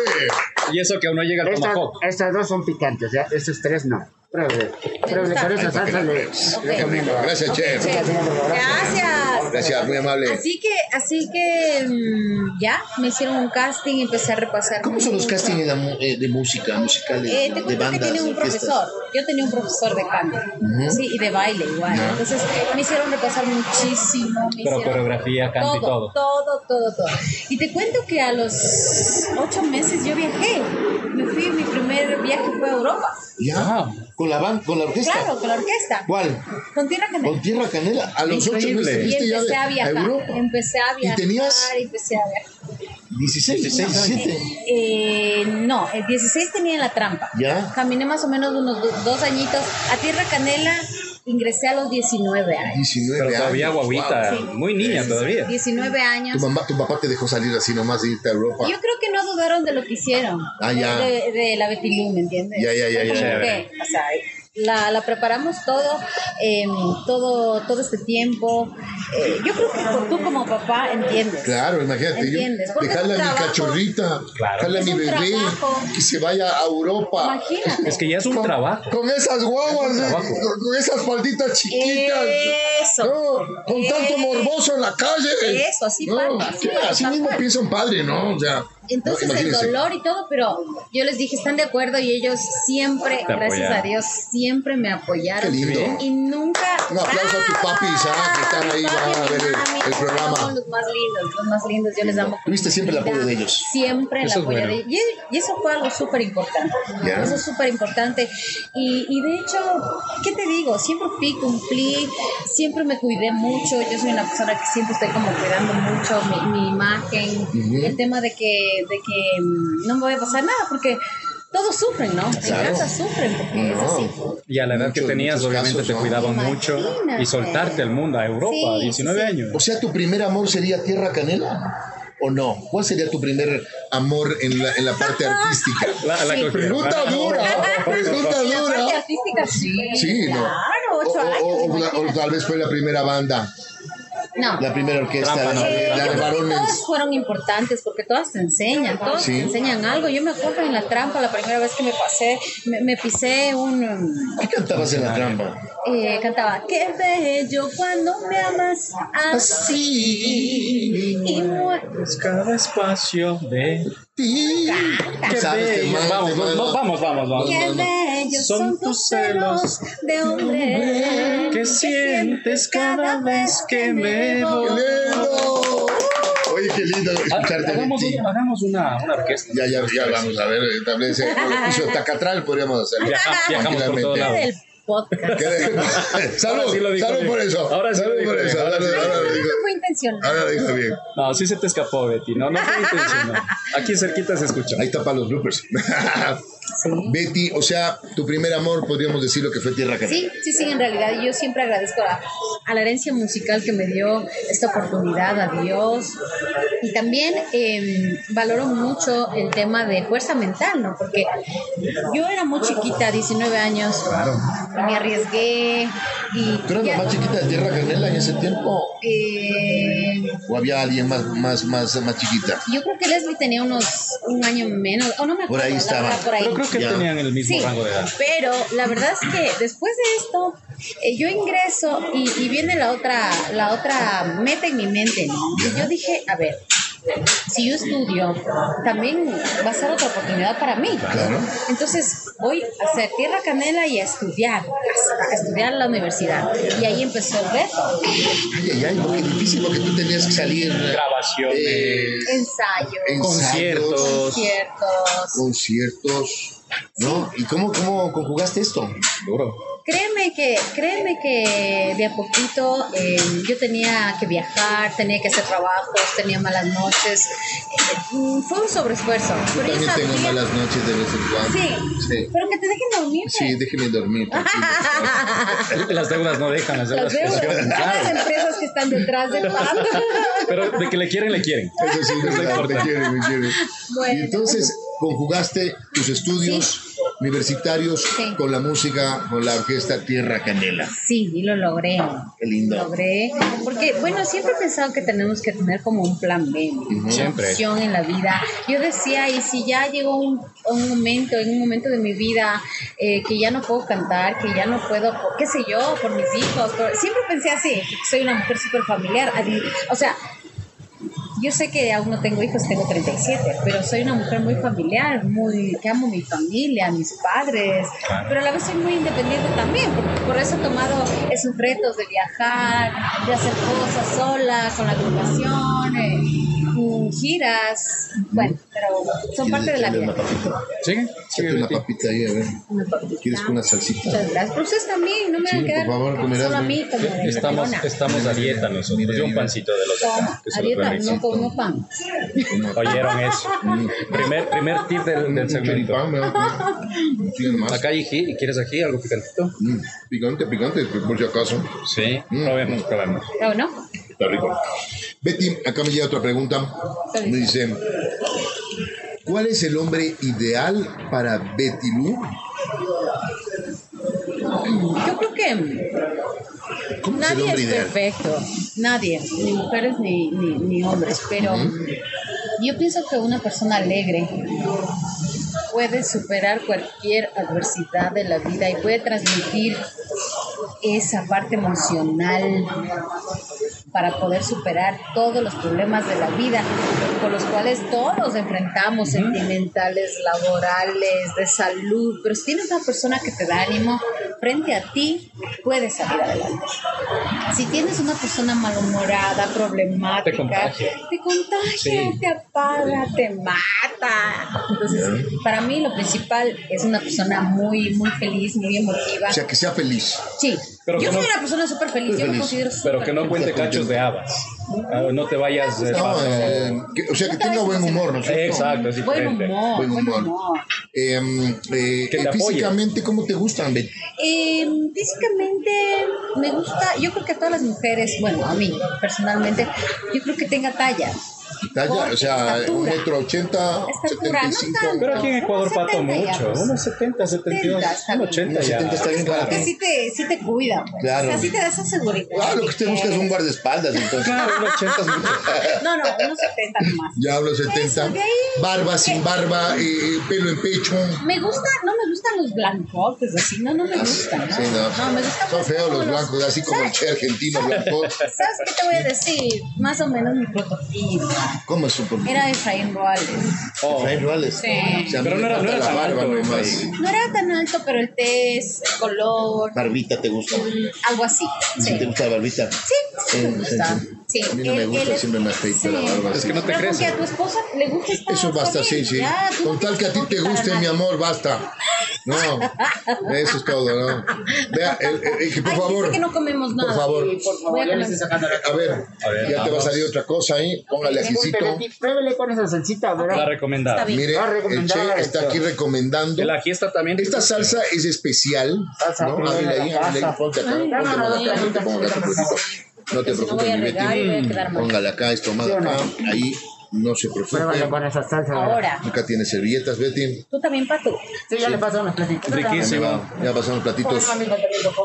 Speaker 3: Y eso que aún no llega el
Speaker 4: Estas,
Speaker 3: tomahawk.
Speaker 4: estas dos son picantes, ya. Estos tres no. Prueben, prueben, con esa salsa le le
Speaker 1: Qué rico.
Speaker 4: recomiendo.
Speaker 1: Gracias,
Speaker 2: Che,
Speaker 1: che.
Speaker 2: Gracias.
Speaker 1: Gracias, muy amable.
Speaker 2: Así que, así que mm, ya me hicieron un casting, empecé a repasar.
Speaker 5: ¿Cómo son los
Speaker 2: mucho.
Speaker 5: castings de, mu- eh, de música, musical, de,
Speaker 2: Eh, te
Speaker 5: de
Speaker 2: cuento que
Speaker 5: bandas?
Speaker 2: tenía un
Speaker 5: orquestas?
Speaker 2: profesor. Yo tenía un profesor de canto. Sí, y de baile igual. Entonces me hicieron repasar muchísimo. me
Speaker 3: Pero
Speaker 2: hicieron
Speaker 3: coreografía, canto y todo.
Speaker 2: Todo, todo, todo. Y te cuento que a los ocho meses yo viajé. Me fui, mi primer viaje fue a Europa.
Speaker 5: ¿Ya?
Speaker 3: Ah.
Speaker 5: ¿Con, la ban- ¿Con la orquesta?
Speaker 2: Claro, con la orquesta.
Speaker 5: ¿Cuál?
Speaker 2: Con Tierra Canela.
Speaker 5: ¿Con Tierra Canela?
Speaker 1: A los ocho
Speaker 3: Increíble.
Speaker 1: meses te
Speaker 2: Y
Speaker 1: fuiste ya
Speaker 2: empecé
Speaker 1: de-
Speaker 2: a
Speaker 1: a
Speaker 2: viajar.
Speaker 1: Europa.
Speaker 2: Empecé a
Speaker 5: ¿Y
Speaker 2: viajar.
Speaker 5: tenías?
Speaker 2: Empecé a viajar.
Speaker 5: 16, 17.
Speaker 2: Eh, no, el 16 tenía en la trampa.
Speaker 5: Ya.
Speaker 2: Caminé más o menos unos do- dos añitos. A Tierra Canela ingresé a los 19 años.
Speaker 1: 19
Speaker 3: Pero todavía
Speaker 1: años.
Speaker 3: guaguita, muy niña todavía.
Speaker 2: 19
Speaker 1: Wow. Tu
Speaker 2: años.
Speaker 1: mamá, tu papá te dejó salir así nomás e irte a Europa.
Speaker 2: Yo creo que no dudaron de lo que hicieron.
Speaker 1: Ah, ya.
Speaker 2: De, de la Betilú, ¿me entiendes?
Speaker 1: Ya, ya, ya, ya,
Speaker 2: Como
Speaker 3: ya.
Speaker 2: que, o sea, la, la preparamos todo, eh, todo, todo este tiempo. Eh, yo creo que tú como papá entiendes.
Speaker 1: Claro, imagínate, yo
Speaker 2: ¿Entiendes? Porque
Speaker 1: dejarle
Speaker 2: es un
Speaker 1: a mi
Speaker 2: trabajo.
Speaker 1: cachorrita,
Speaker 3: Claro.
Speaker 1: dejarle a
Speaker 2: Es
Speaker 1: mi
Speaker 2: un
Speaker 1: bebé
Speaker 2: trabajo.
Speaker 1: que se vaya a Europa.
Speaker 2: Imagínate.
Speaker 3: Es que ya es un trabajo.
Speaker 1: Con esas guaguas, eh,
Speaker 3: trabajo.
Speaker 1: con con esas falditas chiquitas.
Speaker 2: Eso.
Speaker 1: No, con tanto
Speaker 2: Eso.
Speaker 1: morboso en la calle.
Speaker 2: Eso, así
Speaker 1: No,
Speaker 2: pasa,
Speaker 1: sí,
Speaker 2: así pasa,
Speaker 1: así
Speaker 2: tal
Speaker 1: mismo
Speaker 2: cual.
Speaker 1: piensa un padre, ¿no? O sea,
Speaker 2: Entonces
Speaker 1: no,
Speaker 2: el
Speaker 1: imagínense.
Speaker 2: dolor y todo, pero yo les dije, están de acuerdo y ellos siempre,
Speaker 3: Te
Speaker 2: gracias a
Speaker 3: apoyaron.
Speaker 2: Dios, siempre me apoyaron.
Speaker 1: Qué lindo.
Speaker 2: Y nunca...
Speaker 1: Un aplauso a tus papis, ah, que están ahí,
Speaker 2: Papi,
Speaker 1: van a ver el-
Speaker 2: mami,
Speaker 1: el programa.
Speaker 2: Son los más lindos, los más lindos, yo les amo.
Speaker 5: Tuviste siempre el apoyo de ellos.
Speaker 2: Siempre el
Speaker 3: Eso es
Speaker 2: apoyo
Speaker 3: bueno.
Speaker 2: de ellos. Y, e-, y eso fue algo súper importante.
Speaker 1: Ya.
Speaker 2: Eso es súper importante. Y, y de hecho, ¿qué te digo? Siempre fui, cumplí, siempre me cuidé mucho. Yo soy una persona que siempre estoy como cuidando mucho mi, mi imagen. El tema de que, de que mm, no me voy a pasar nada porque todos sufren, ¿no?
Speaker 1: Claro. Mm.
Speaker 2: En casa sufren porque es así.
Speaker 3: Y a la edad que
Speaker 1: Muchos,
Speaker 3: tenías,
Speaker 1: muchos
Speaker 3: obviamente
Speaker 1: casos,
Speaker 3: te
Speaker 1: ¿no?
Speaker 3: cuidaban mucho.
Speaker 2: Imagínate.
Speaker 3: Y soltarte al mundo, a Europa,
Speaker 2: Sí,
Speaker 3: 19
Speaker 2: sí.
Speaker 3: años.
Speaker 5: O sea, ¿tu primer amor sería Tierra Canela? ¿O no? ¿Cuál sería tu primer
Speaker 1: Amor en la, en la parte artística.
Speaker 3: La, la
Speaker 2: Sí.
Speaker 3: cogieron.
Speaker 1: Pregunta dura, pregunta
Speaker 2: La parte
Speaker 1: dura.
Speaker 2: artística, sí.
Speaker 1: Sí, no.
Speaker 2: Claro, ocho
Speaker 1: O-
Speaker 2: años.
Speaker 1: o- o- o- o
Speaker 2: imagínate.
Speaker 1: tal vez fue la primera banda.
Speaker 2: no.
Speaker 5: La primera orquesta.
Speaker 3: Trampa, no.
Speaker 5: la-
Speaker 2: Eh,
Speaker 1: la
Speaker 2: yo
Speaker 1: de
Speaker 2: creo que
Speaker 1: varones.
Speaker 2: Todas fueron importantes porque todas te enseñan, todas
Speaker 1: Sí.
Speaker 2: te enseñan algo. Yo me acuerdo en la trampa la primera vez que me pasé, me, me pisé un. um,
Speaker 5: ¿Qué cantabas en la trampa?
Speaker 2: eh, cantaba, qué bello cuando me amas así.
Speaker 5: Así.
Speaker 2: Y mu-
Speaker 3: Es cada espacio de...
Speaker 5: Tú sabes, te
Speaker 3: bello.
Speaker 5: mando,
Speaker 3: Vamos,
Speaker 5: te
Speaker 3: no-
Speaker 5: mando.
Speaker 3: no, vamos, vamos, vamos.
Speaker 2: Qué bellos son, tus celos de hombre
Speaker 3: que sientes cada vez que me
Speaker 1: ¡Qué
Speaker 3: voy.
Speaker 1: lindo! Oye, qué lindo escucharte de
Speaker 3: Ah, Hagamos,
Speaker 1: ti.
Speaker 3: un- hagamos una, una orquesta.
Speaker 1: Ya, ya, ya vamos a ver, eh, tal vez eh, hizo Tacatral, podríamos hacerlo.
Speaker 3: Viaja- viajamos por todos lados.
Speaker 2: del podcast.
Speaker 1: Que-
Speaker 3: Ahora
Speaker 1: salud,
Speaker 3: sí lo dijo
Speaker 1: salud
Speaker 3: bien.
Speaker 1: por eso.
Speaker 3: Ahora sí lo
Speaker 1: salud
Speaker 3: dijo
Speaker 1: por
Speaker 3: bien,
Speaker 1: eso.
Speaker 3: ahora
Speaker 1: Ahora,
Speaker 3: sí lo
Speaker 1: ahora
Speaker 2: No,
Speaker 1: lo dijo-
Speaker 2: fue intencional.
Speaker 1: ahora lo dijo bien.
Speaker 3: No, sí se te escapó, Betty. No, no fue intencional. Aquí cerquita se escuchó.
Speaker 1: Ahí tapa los bloopers. Betty, o sea, tu primer amor podríamos decir lo que fue Tierra Canela.
Speaker 2: Sí, sí, sí, en realidad yo siempre agradezco a, a la herencia musical que me dio esta oportunidad, a Dios. Y también eh, valoro mucho el tema de fuerza mental, ¿no? Porque yo era muy chiquita, 19 años, me arriesgué y...
Speaker 5: ¿Tú eras la
Speaker 2: ya-
Speaker 5: más chiquita de Tierra Canela en ese tiempo?
Speaker 2: eh,
Speaker 5: ¿O había alguien más, más, más, más chiquita?
Speaker 2: yo creo que Leslie tenía unos un año menos, o no me acuerdo.
Speaker 5: Por ahí
Speaker 2: la
Speaker 5: estaba.
Speaker 2: verdad, por ahí.
Speaker 3: Pero creo que
Speaker 5: Ya.
Speaker 3: tenían el mismo
Speaker 2: Sí,
Speaker 3: rango de edad.
Speaker 2: pero la verdad es que después de esto, eh, yo ingreso y, y viene la otra, la otra meta en mi mente. ¿no? Y yo dije, a ver, si yo estudio, también va a ser otra oportunidad para mí. Entonces voy a hacer tierra canela y a estudiar, a, a estudiar en la universidad. Y ahí empezó el reto.
Speaker 5: Ay, ay, ay, no, qué difícil porque tú tenías que salir. eh,
Speaker 3: Grabaciones,
Speaker 1: eh,
Speaker 2: Ensayo,
Speaker 1: ensayos,
Speaker 3: Eh, conciertos.
Speaker 2: conciertos.
Speaker 1: conciertos.
Speaker 5: ¿No? ¿Y cómo, cómo conjugaste esto?
Speaker 3: Duro.
Speaker 2: créeme que, créeme que de a poquito eh, yo tenía que viajar, tenía que hacer trabajos, tenía malas noches. Eh, mm, fue un sobreesfuerzo.
Speaker 1: Yo
Speaker 2: pero yo
Speaker 1: también tengo
Speaker 2: sabía-
Speaker 1: malas noches de vez en cuando.
Speaker 2: Sí.
Speaker 1: Sí,
Speaker 2: Pero que te dejen dormir.
Speaker 1: sí déjeme dormir. tranquilo.
Speaker 3: Las deudas no dejan, las
Speaker 2: Las
Speaker 3: deudas.
Speaker 2: deudas,
Speaker 3: Claro.
Speaker 2: todas las empresas que están detrás del paso.
Speaker 3: Pero de que le quieren, le quieren.
Speaker 1: Eso sí,
Speaker 3: Es lo
Speaker 1: verdad, me
Speaker 3: importante.
Speaker 1: quiere, me quiere.
Speaker 2: Bueno.
Speaker 1: Y entonces conjugaste tus estudios universitarios
Speaker 2: Sí.
Speaker 1: con la música, con la orquesta Tierra Canela.
Speaker 2: Sí, y lo logré.
Speaker 1: Ah, Qué lindo.
Speaker 2: Logré. Porque, bueno, siempre he pensado que tenemos que tener como un plan B, una
Speaker 3: Siempre.
Speaker 2: opción en la vida. Yo decía, y si ya llegó un, un momento, en un momento de mi vida, eh, que ya no puedo cantar, que ya no puedo, por- qué sé yo, por mis hijos. por- Siempre pensé así, soy una mujer súper familiar. adi- O sea, yo sé que aún no tengo hijos, tengo 37, pero soy una mujer muy familiar, muy que amo mi familia, a mis padres, pero a la vez soy muy independiente también, por, por eso he tomado esos retos de viajar, de hacer cosas sola, con la agrupación, eh, mm, giras, bueno, pero son parte de la
Speaker 1: Una
Speaker 2: vida.
Speaker 1: papita.
Speaker 3: ¿Sigue?
Speaker 1: Échate una papita ahí, a ver.
Speaker 2: Una papita.
Speaker 1: ¿Quieres con una salsita?
Speaker 2: Muchas gracias. Pero ustedes también, no me van
Speaker 1: Sí,
Speaker 2: a
Speaker 1: por
Speaker 2: quedar
Speaker 1: favor, comerás,
Speaker 2: solo a
Speaker 1: ¿no?
Speaker 2: mí como de
Speaker 3: Estamos,
Speaker 2: Barcelona.
Speaker 3: estamos a dieta nosotros. Y un pancito de los de acá.
Speaker 2: Toma,
Speaker 3: que se
Speaker 2: a
Speaker 3: los
Speaker 2: dieta, no
Speaker 3: realizo.
Speaker 2: como pan.
Speaker 3: Oyeron eso.
Speaker 1: Mm.
Speaker 3: Primer, primer tip del, del
Speaker 1: Un
Speaker 3: segmento.
Speaker 1: choripán, me va a comer. Un chile más.
Speaker 3: Acá hay ají. ¿Quieres ají? ¿Algo picantito?
Speaker 1: Mm, Picante, picante, por si acaso.
Speaker 3: Sí.
Speaker 1: Mm.
Speaker 3: Probemos, probemos.
Speaker 2: ¿O no?
Speaker 1: Está rico. Betty, acá me llega otra pregunta. Me dice, ¿cuál es el hombre ideal para Betty Lu?
Speaker 2: Yo creo que mm,
Speaker 1: ¿Cómo es el
Speaker 2: Nadie
Speaker 1: hombre
Speaker 2: es
Speaker 1: ideal?
Speaker 2: perfecto, nadie, ni mujeres ni, ni, ni hombres, pero mm, yo pienso que una persona alegre puede superar cualquier adversidad de la vida y puede transmitir esa parte emocional para poder superar todos los problemas de la vida con los cuales todos enfrentamos, sentimentales, laborales, de salud, pero si tienes una persona que te da ánimo frente a ti, puedes salir adelante. Si tienes una persona malhumorada, problemática,
Speaker 3: Te contagia.
Speaker 2: te, contagia,
Speaker 3: Sí.
Speaker 2: te apaga, te mata. Entonces, para mí lo principal es una persona muy, muy feliz, muy emotiva.
Speaker 1: O sea, que sea feliz.
Speaker 2: Sí,
Speaker 3: Pero
Speaker 2: yo
Speaker 3: que
Speaker 2: soy
Speaker 3: no-
Speaker 2: una persona súper feliz, yo me
Speaker 1: feliz,
Speaker 2: considero súper
Speaker 3: Pero que no cuente cachos de habas. Ah, No te vayas. eh,
Speaker 1: No,
Speaker 3: pato.
Speaker 1: eh, que- o sea, que tenga buen humor, ¿no es cierto?
Speaker 3: Exacto, es
Speaker 2: Buen
Speaker 3: diferente.
Speaker 2: humor,
Speaker 1: Buen
Speaker 2: buen
Speaker 1: humor.
Speaker 2: humor.
Speaker 1: Eh, eh,
Speaker 3: Que te apoye.
Speaker 1: físicamente, ¿cómo te gustan, Betty?
Speaker 2: Eh, físicamente me gusta, yo creo que a todas las mujeres, bueno, a mí personalmente, yo creo que tenga talla.
Speaker 1: Talla,
Speaker 2: Corte,
Speaker 1: o sea, un
Speaker 2: estatura.
Speaker 1: metro ochenta,
Speaker 2: Estatura, no
Speaker 1: setenta y cinco.
Speaker 2: tanto.
Speaker 3: Pero aquí en Ecuador
Speaker 2: Unos
Speaker 3: pato
Speaker 2: 70 ya,
Speaker 3: mucho.
Speaker 2: pues.
Speaker 3: Unos 70, 72,
Speaker 2: 70 está bien.
Speaker 3: unos 80
Speaker 1: Unos
Speaker 3: ya.
Speaker 1: 70 está bien para
Speaker 2: Que
Speaker 1: ti.
Speaker 2: sí te, sí te cuida, pues.
Speaker 1: Claro.
Speaker 2: O sea, sí te da esa seguridad.
Speaker 1: Ah, lo que usted busca es un guardaespaldas, entonces.
Speaker 3: Claro, unos 80 es mucho.
Speaker 2: No, no, unos 70 nomás.
Speaker 1: Ya hablo
Speaker 2: Eso,
Speaker 1: 70.
Speaker 2: de ahí.
Speaker 1: Barba, sin barba, eh, pelo en pecho.
Speaker 2: Me gusta, no me gustan los blancotes, así, no, no me gustan. No,
Speaker 1: Ah, Sí, no.
Speaker 2: no me gustan
Speaker 1: Son
Speaker 2: más
Speaker 1: feos
Speaker 2: como
Speaker 1: los blancos, así como el
Speaker 2: ¿Sabes?
Speaker 1: che argentino blanco.
Speaker 2: ¿Sabes qué te voy a decir? Más o menos mi prototipo.
Speaker 1: ¿Cómo es su problema?
Speaker 2: Era Efraín Roales.
Speaker 3: Oh,
Speaker 1: Efraín Ruales.
Speaker 2: Sí.
Speaker 1: O sea, a mí
Speaker 3: Pero
Speaker 1: me
Speaker 3: no era-
Speaker 1: falta
Speaker 3: no era
Speaker 1: la
Speaker 3: tan
Speaker 1: barba
Speaker 3: alto,
Speaker 1: nomás.
Speaker 3: Efraín.
Speaker 2: No era tan alto, pero el test, el color,
Speaker 1: Barbita te gusta.
Speaker 2: algo así.
Speaker 1: Si
Speaker 2: Sí,
Speaker 1: te gusta la barbita.
Speaker 2: sí, sí me
Speaker 1: Sí,
Speaker 2: gusta.
Speaker 1: sí,
Speaker 2: Sí.
Speaker 1: A mí no me
Speaker 2: Él-
Speaker 1: gusta,
Speaker 2: él-
Speaker 1: siempre me afeito la barba.
Speaker 3: Es
Speaker 1: así.
Speaker 3: que no te
Speaker 2: Pero con
Speaker 3: crece.
Speaker 2: que a tu esposa le gusta estar
Speaker 1: Eso basta, sí, sí. Con tal que a ti te guste, mi amor, basta. No, eso es todo, ¿no? Vea, el- el- el que, por
Speaker 2: Ay, dice
Speaker 1: favor,
Speaker 2: que no comemos nada.
Speaker 1: por favor,
Speaker 2: sí, por favor.
Speaker 4: ya le estoy sacando la
Speaker 1: a ver,
Speaker 3: ver,
Speaker 1: ya te va a
Speaker 3: vamos.
Speaker 1: salir otra cosa ahí, póngale ajicito.
Speaker 4: Betty, pruébele con esa salsita,
Speaker 3: la
Speaker 4: ¿verdad?
Speaker 3: recomendada.
Speaker 2: Está bien.
Speaker 1: Mire,
Speaker 4: Va a
Speaker 1: el
Speaker 4: recomendar
Speaker 1: Che está
Speaker 4: esto.
Speaker 1: aquí recomendando.
Speaker 3: El ají está también.
Speaker 1: Esta salsa es especial,
Speaker 4: Salsa,
Speaker 1: ¿no?
Speaker 4: ponle
Speaker 1: Ándale
Speaker 4: la
Speaker 1: ahí, ándale ahí,
Speaker 4: pasta.
Speaker 1: ponte acá,
Speaker 2: Ay,
Speaker 1: póngala
Speaker 4: no, no,
Speaker 1: acá,
Speaker 4: no,
Speaker 1: no te
Speaker 4: no,
Speaker 1: pongas
Speaker 4: no,
Speaker 1: un poquito. No te
Speaker 2: Si no
Speaker 1: preocupes,
Speaker 2: voy a
Speaker 1: mi Betty.
Speaker 2: regar y voy a quedar mal.
Speaker 1: Póngala acá, es tomada
Speaker 4: Sí,
Speaker 1: acá,
Speaker 4: o
Speaker 1: ahí, no se preocupe.
Speaker 4: Pruébale con esa salsa. ¿verdad?
Speaker 2: Ahora,
Speaker 1: Acá tiene servilletas, Betty.
Speaker 2: tú también, Pato.
Speaker 4: Sí, ya le paso unos platitos.
Speaker 1: Ya, me
Speaker 3: Riquísimo.
Speaker 1: va, ya pasaron los platitos.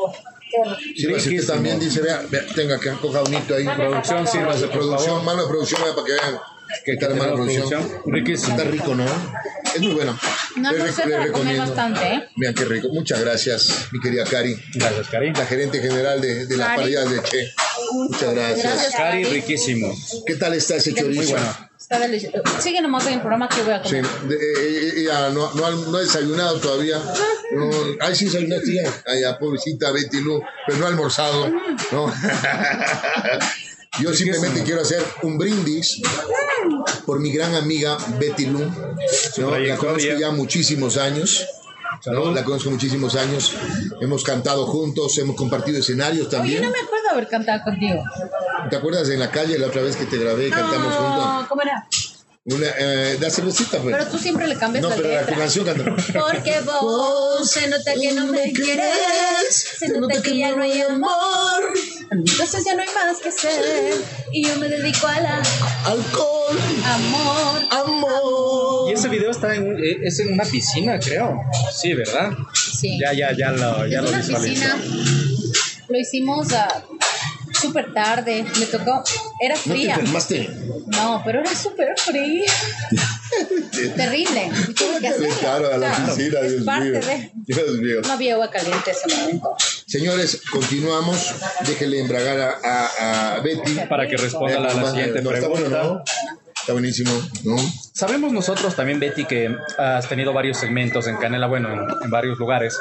Speaker 1: Sí, va a ser que
Speaker 3: Riquísimo.
Speaker 1: también dice, vea, vea, tenga acá, coja unito ahí.
Speaker 3: Producción,
Speaker 1: Mano de
Speaker 3: sírvase, por
Speaker 1: producción,
Speaker 3: favor.
Speaker 1: mano de producción, vea, para que vean.
Speaker 3: Que
Speaker 1: ¿Qué tal,
Speaker 3: tenemos
Speaker 1: mano de producción?
Speaker 3: producción. Riquísimo.
Speaker 1: Está rico, ¿no? Es muy bueno.
Speaker 2: ¿Eh? No,
Speaker 1: Le
Speaker 2: no
Speaker 1: rec-
Speaker 2: sé,
Speaker 1: le
Speaker 2: para comer
Speaker 1: recomiendo.
Speaker 2: bastante, ¿eh?
Speaker 1: Mira qué rico. Muchas gracias, mi querida Cari,
Speaker 3: Gracias, Cari.
Speaker 1: la gerente general de, de las
Speaker 2: Cari.
Speaker 1: parrillas de Che. Muchas gracias.
Speaker 2: Gracias.
Speaker 3: Cari, riquísimo.
Speaker 1: ¿Qué tal está ese chorizo?
Speaker 3: Muy bueno.
Speaker 2: Está delicioso. Sigue nomás en el programa que voy a
Speaker 1: Sí,
Speaker 2: comer.
Speaker 1: de- eh, eh, ella no, no, ha- no ha desayunado todavía. No, ay, sí, desayunaste ya. Ay, ya, pobrecita Betty Lu, pero no ha almorzado. No. Yo simplemente quiero hacer un brindis por mi gran amiga Betty Lu. ¿no? La
Speaker 3: trayectoria.
Speaker 1: conozco ya muchísimos años. ¿no? La conozco muchísimos años. Hemos cantado juntos, hemos compartido escenarios
Speaker 2: Oye,
Speaker 1: también.
Speaker 2: no me acuerdo haber cantado contigo.
Speaker 1: ¿Te acuerdas en la calle la otra vez que te grabé y cantamos juntos?
Speaker 2: No, ¿cómo era?
Speaker 1: Una, eh, la cervecita, pues.
Speaker 2: Pero tú siempre le cambias
Speaker 1: no,
Speaker 2: la
Speaker 1: pero la
Speaker 2: letra.
Speaker 1: canción cantamos.
Speaker 2: Porque vos se nota que no me quieres, se nota que ya no hay amor, entonces ya no hay más que ser y yo me dedico a la
Speaker 1: Alcohol,
Speaker 2: amor.
Speaker 1: amor.
Speaker 3: Y ese video está en, un- eh, es en una piscina, creo. Sí, ¿verdad?
Speaker 2: Sí.
Speaker 3: Ya, ya, ya lo, ya
Speaker 2: en
Speaker 3: lo
Speaker 2: una
Speaker 3: visualicé.
Speaker 2: piscina lo hicimos ah, súper tarde, me tocó, era
Speaker 5: ¿No te
Speaker 2: fría.
Speaker 5: enfermaste?
Speaker 2: No, pero era súper fría. Terrible. y tuve que hacerlo.
Speaker 1: Claro, a la
Speaker 2: Claro,
Speaker 1: piscina,
Speaker 2: es
Speaker 1: Dios
Speaker 2: parte
Speaker 1: mío.
Speaker 2: de-
Speaker 1: Dios mío.
Speaker 2: No había agua caliente en ese momento.
Speaker 1: Señores, continuamos. Déjenle embragar a, a- a Betty.
Speaker 3: Para que responda a la, la siguiente
Speaker 1: Eh, No, está
Speaker 3: pregunta.
Speaker 1: bueno, ¿no? Está buenísimo, ¿no?
Speaker 3: Sabemos nosotros también, Betty, que has tenido varios segmentos en Canela, bueno, en, en varios lugares.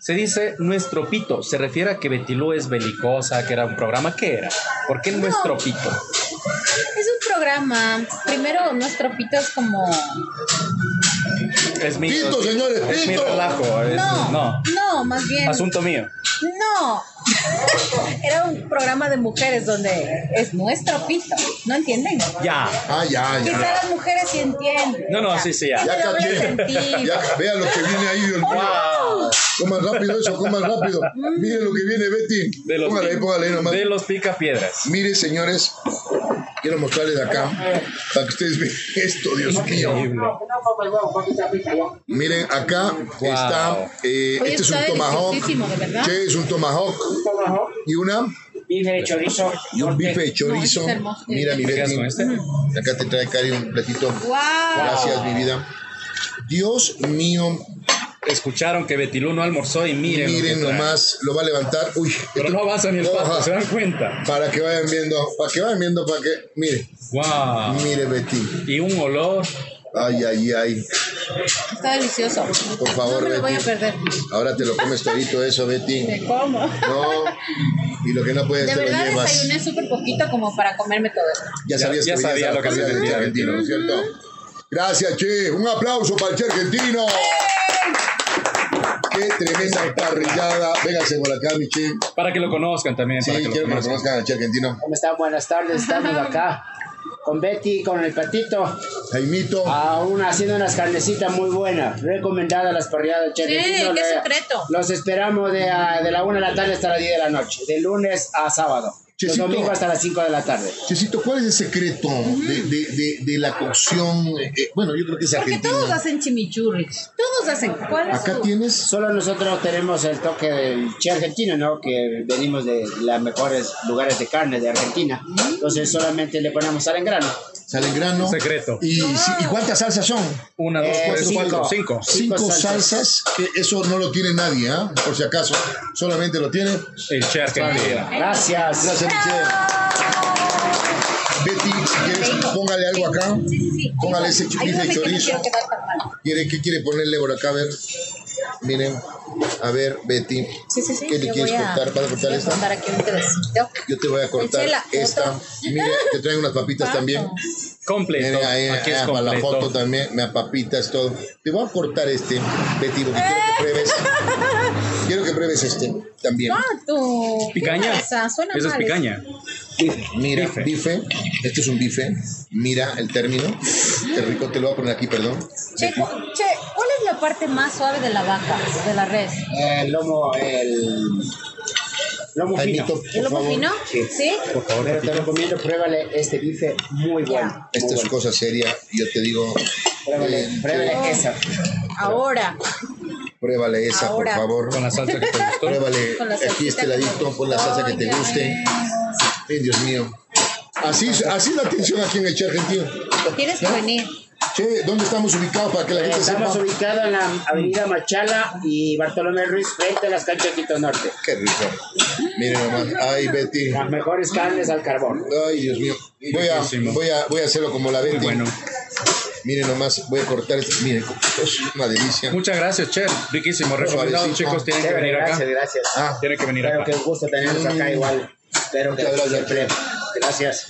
Speaker 3: Se dice nuestro pito. Se refiere a que Betty Lou es belicosa, que era un programa. ¿Qué era? ¿Por qué nuestro pito?
Speaker 2: Es un programa. Primero, nuestro pito es como.
Speaker 3: Es mi,
Speaker 1: Pito, señores,
Speaker 3: es mi
Speaker 1: pito.
Speaker 3: relajo. es-
Speaker 2: No, no,
Speaker 3: no.
Speaker 2: más bien.
Speaker 3: Asunto mío.
Speaker 2: No. Era un programa de mujeres donde es nuestro pito. ¿No entienden?
Speaker 3: Ya.
Speaker 1: Ah, ya,
Speaker 2: Quizá
Speaker 1: ya.
Speaker 2: las mujeres sí entienden.
Speaker 3: No, no,
Speaker 2: o sea,
Speaker 3: sí, sí, ya.
Speaker 2: tiene
Speaker 1: Ya
Speaker 2: doble
Speaker 1: cambié.
Speaker 2: sentido.
Speaker 1: Ya, vea lo que viene ahí, Dios mío. Coman rápido eso, coman rápido.
Speaker 2: Mm.
Speaker 1: Miren lo que viene, Betty.
Speaker 3: De los,
Speaker 1: Póngale ahí, póngale ahí nomás.
Speaker 3: de los pica piedras.
Speaker 1: Mire, señores, quiero mostrarles acá para que ustedes vean esto, Dios mío. Miren, acá está. eh,
Speaker 2: Oye,
Speaker 1: este es un
Speaker 2: está
Speaker 1: tomahawk.
Speaker 2: deliciosísimo, de verdad.
Speaker 1: Che, es un tomahawk. Y una.
Speaker 6: Bife de chorizo.
Speaker 1: Y un bife de chorizo.
Speaker 2: No, este es hermoso.
Speaker 1: Mira, mi
Speaker 3: ¿Te quedas
Speaker 1: Betty.
Speaker 3: con este?
Speaker 1: Acá te trae Cari un platito.
Speaker 2: ¡Wow!
Speaker 1: Gracias, mi vida. Dios mío,
Speaker 3: Escucharon que Betty Lou no almorzó y miren. lo
Speaker 1: miren
Speaker 3: que trae.
Speaker 1: nomás, lo va a levantar. Uy,
Speaker 3: ¿eh? Pero
Speaker 1: esto-
Speaker 3: no vas a ni el pasto,
Speaker 1: Oja.
Speaker 3: ¿se dan cuenta?
Speaker 1: Para que vayan viendo, para que vayan viendo, para que. Mire,
Speaker 3: ¡Wow!
Speaker 1: mire, Betty.
Speaker 3: Y un olor.
Speaker 1: Ay, ay, ay.
Speaker 2: Está delicioso.
Speaker 1: Por favor,
Speaker 2: No me lo voy a
Speaker 1: Betty.
Speaker 2: perder.
Speaker 1: Ahora te lo comes todito eso, Betty.
Speaker 2: Me como.
Speaker 1: No. Y lo que no puedes
Speaker 2: De
Speaker 1: te Este lo
Speaker 2: verdad
Speaker 1: llevas.
Speaker 2: desayuné súper poquito como para comerme todo esto.
Speaker 1: Ya sabías
Speaker 3: Ya- ya
Speaker 1: que venías
Speaker 3: sabía
Speaker 1: a la
Speaker 3: lo que se
Speaker 1: comida del
Speaker 3: vendía,
Speaker 1: argentino, ¿no es cierto? Gracias, Che. Un aplauso para el Che argentino. Qué tremenda parrillada. Véngase por acá, mi Che.
Speaker 3: Para que lo conozcan también.
Speaker 1: Sí,
Speaker 3: para que lo
Speaker 1: quiero que lo
Speaker 3: conozcan.
Speaker 1: conozcan al Che argentino.
Speaker 6: ¿Cómo están? Buenas tardes, estamos acá con Betty, con el patito,
Speaker 1: Jaimito.
Speaker 3: Ah.
Speaker 6: aún haciendo unas carnecitas muy buenas, recomendadas las parrilladas. Che,
Speaker 2: Sí,
Speaker 6: Betty,
Speaker 2: qué
Speaker 6: le-
Speaker 2: secreto.
Speaker 6: Los esperamos de, ah, de la 1 de la tarde hasta las 10 de la noche, de lunes a sábado, los
Speaker 1: Chesito.
Speaker 6: domingos hasta las 5 de la tarde.
Speaker 1: Chesito, ¿cuál es el secreto de, de- de- de la cocción? Eh, eh, bueno, yo creo que es
Speaker 2: Porque
Speaker 1: argentina.
Speaker 2: todos hacen chimichurris. Todos hacen. ¿Cuál es
Speaker 1: Acá
Speaker 2: tu-
Speaker 1: tienes
Speaker 6: Solo nosotros tenemos el toque del che argentino, ¿no? Que venimos de los mejores lugares de carne de Argentina. Entonces solamente le ponemos sal en grano.
Speaker 1: sal en grano.
Speaker 3: Secreto.
Speaker 1: Y, sí, ¿y cuántas salsas son?
Speaker 3: Una, dos,
Speaker 6: Eh,
Speaker 3: tres,
Speaker 6: cinco.
Speaker 3: cuatro, cinco.
Speaker 1: Cinco,
Speaker 6: Cinco
Speaker 1: salsas. Eh, Eso no lo tiene nadie, ¿ah? Por si acaso. Solamente lo tiene.
Speaker 3: El chef que me
Speaker 6: Gracias.
Speaker 1: Gracias,
Speaker 2: Ah,
Speaker 1: Michelle. Betty, si quieres, póngale algo acá.
Speaker 2: Sí, sí, sí.
Speaker 1: Póngale ese
Speaker 2: Hay
Speaker 1: bife
Speaker 2: una
Speaker 1: de
Speaker 2: que no
Speaker 1: chorizo.
Speaker 2: quiero quedar tan mal.
Speaker 1: ¿Quiere, ¿Qué quiere ponerle por acá? A ver. Miren. A ver, Betty.
Speaker 2: Sí, sí, sí.
Speaker 1: ¿Qué le
Speaker 2: yo
Speaker 1: quieres
Speaker 2: voy a-
Speaker 1: cortar? ¿Vas a cortar
Speaker 2: voy
Speaker 1: esta?
Speaker 2: cortar aquí un pedacito.
Speaker 1: Yo te voy a cortar
Speaker 2: Eché la foto.
Speaker 1: esta. Mire, te traen unas papitas
Speaker 2: Vamos.
Speaker 1: también.
Speaker 3: Completo.
Speaker 1: Miren ahí,
Speaker 3: Aquí es
Speaker 1: ah, para la foto
Speaker 3: completo.
Speaker 1: también, me papitas, todo. Te voy a cortar este, Betty, porque quiero que pruebes. Quiero que pruebes este también.
Speaker 2: ¿Cuánto?
Speaker 3: Picaña.
Speaker 2: Ah, ¿Qué pasa? Suena
Speaker 3: Eso es
Speaker 2: mal. ¿eh?
Speaker 3: picaña.
Speaker 1: Mira,
Speaker 3: Bife.
Speaker 1: bife. Este es un bife. Mira el término. Qué rico, te lo voy a poner aquí, perdón.
Speaker 2: Che, cu- che, ¿cuál es la parte más suave de la vaca, de la res?
Speaker 6: El lomo, el lomo fino.
Speaker 1: Jaimito,
Speaker 2: ¿El
Speaker 1: por
Speaker 2: lomo
Speaker 1: favor.
Speaker 2: fino?
Speaker 6: Sí.
Speaker 2: ¿Sí?
Speaker 3: Por favor, Este
Speaker 6: Pero te
Speaker 3: repito.
Speaker 6: recomiendo, pruébale este bife muy bueno. muy
Speaker 1: Esta es
Speaker 6: bueno.
Speaker 1: cosa seria, yo te digo.
Speaker 6: Pruébale,
Speaker 1: eh,
Speaker 6: pruébale esa.
Speaker 2: Ahora.
Speaker 1: Pruébale esa,
Speaker 2: Ahora.
Speaker 1: por
Speaker 3: Con
Speaker 1: favor.
Speaker 3: la salsa que te gustó.
Speaker 1: Pruébale
Speaker 2: Con la
Speaker 1: aquí
Speaker 2: salsita.
Speaker 1: este ladito, pon la salsa que te
Speaker 2: Ay,
Speaker 1: guste.
Speaker 2: ay.
Speaker 1: Ay, Dios mío. Así, así es la atención aquí en el Che Argentino.
Speaker 2: Tienes que venir.
Speaker 1: Che, ¿dónde estamos ubicados para que la
Speaker 6: Eh,
Speaker 1: gente sepa?
Speaker 6: Estamos ubicados en la avenida Machala y Bartolomé Ruiz frente a las canchas de Quito Norte.
Speaker 1: Qué rico. Miren nomás. Ay, Betty.
Speaker 6: Las mejores carnes al carbón.
Speaker 1: Ay, Dios mío. Voy a,
Speaker 3: Riquísimo.
Speaker 1: voy a, voy a hacerlo como la
Speaker 3: Muy
Speaker 1: Betty.
Speaker 3: bueno.
Speaker 1: Miren nomás, voy a cortar esto. Miren, es una delicia.
Speaker 3: Muchas gracias, Chef. Riquísimo. Recomendado,
Speaker 1: Suavecito.
Speaker 3: chicos. Tienen que
Speaker 6: Chévere,
Speaker 3: venir
Speaker 6: gracias,
Speaker 3: acá.
Speaker 6: gracias.
Speaker 1: Ah, Mm.
Speaker 3: Tienen que venir
Speaker 6: Creo
Speaker 3: acá.
Speaker 6: que es un gusto tenerlos acá igual. Espero que
Speaker 1: Muchas gracias.
Speaker 6: siempre. Gracias.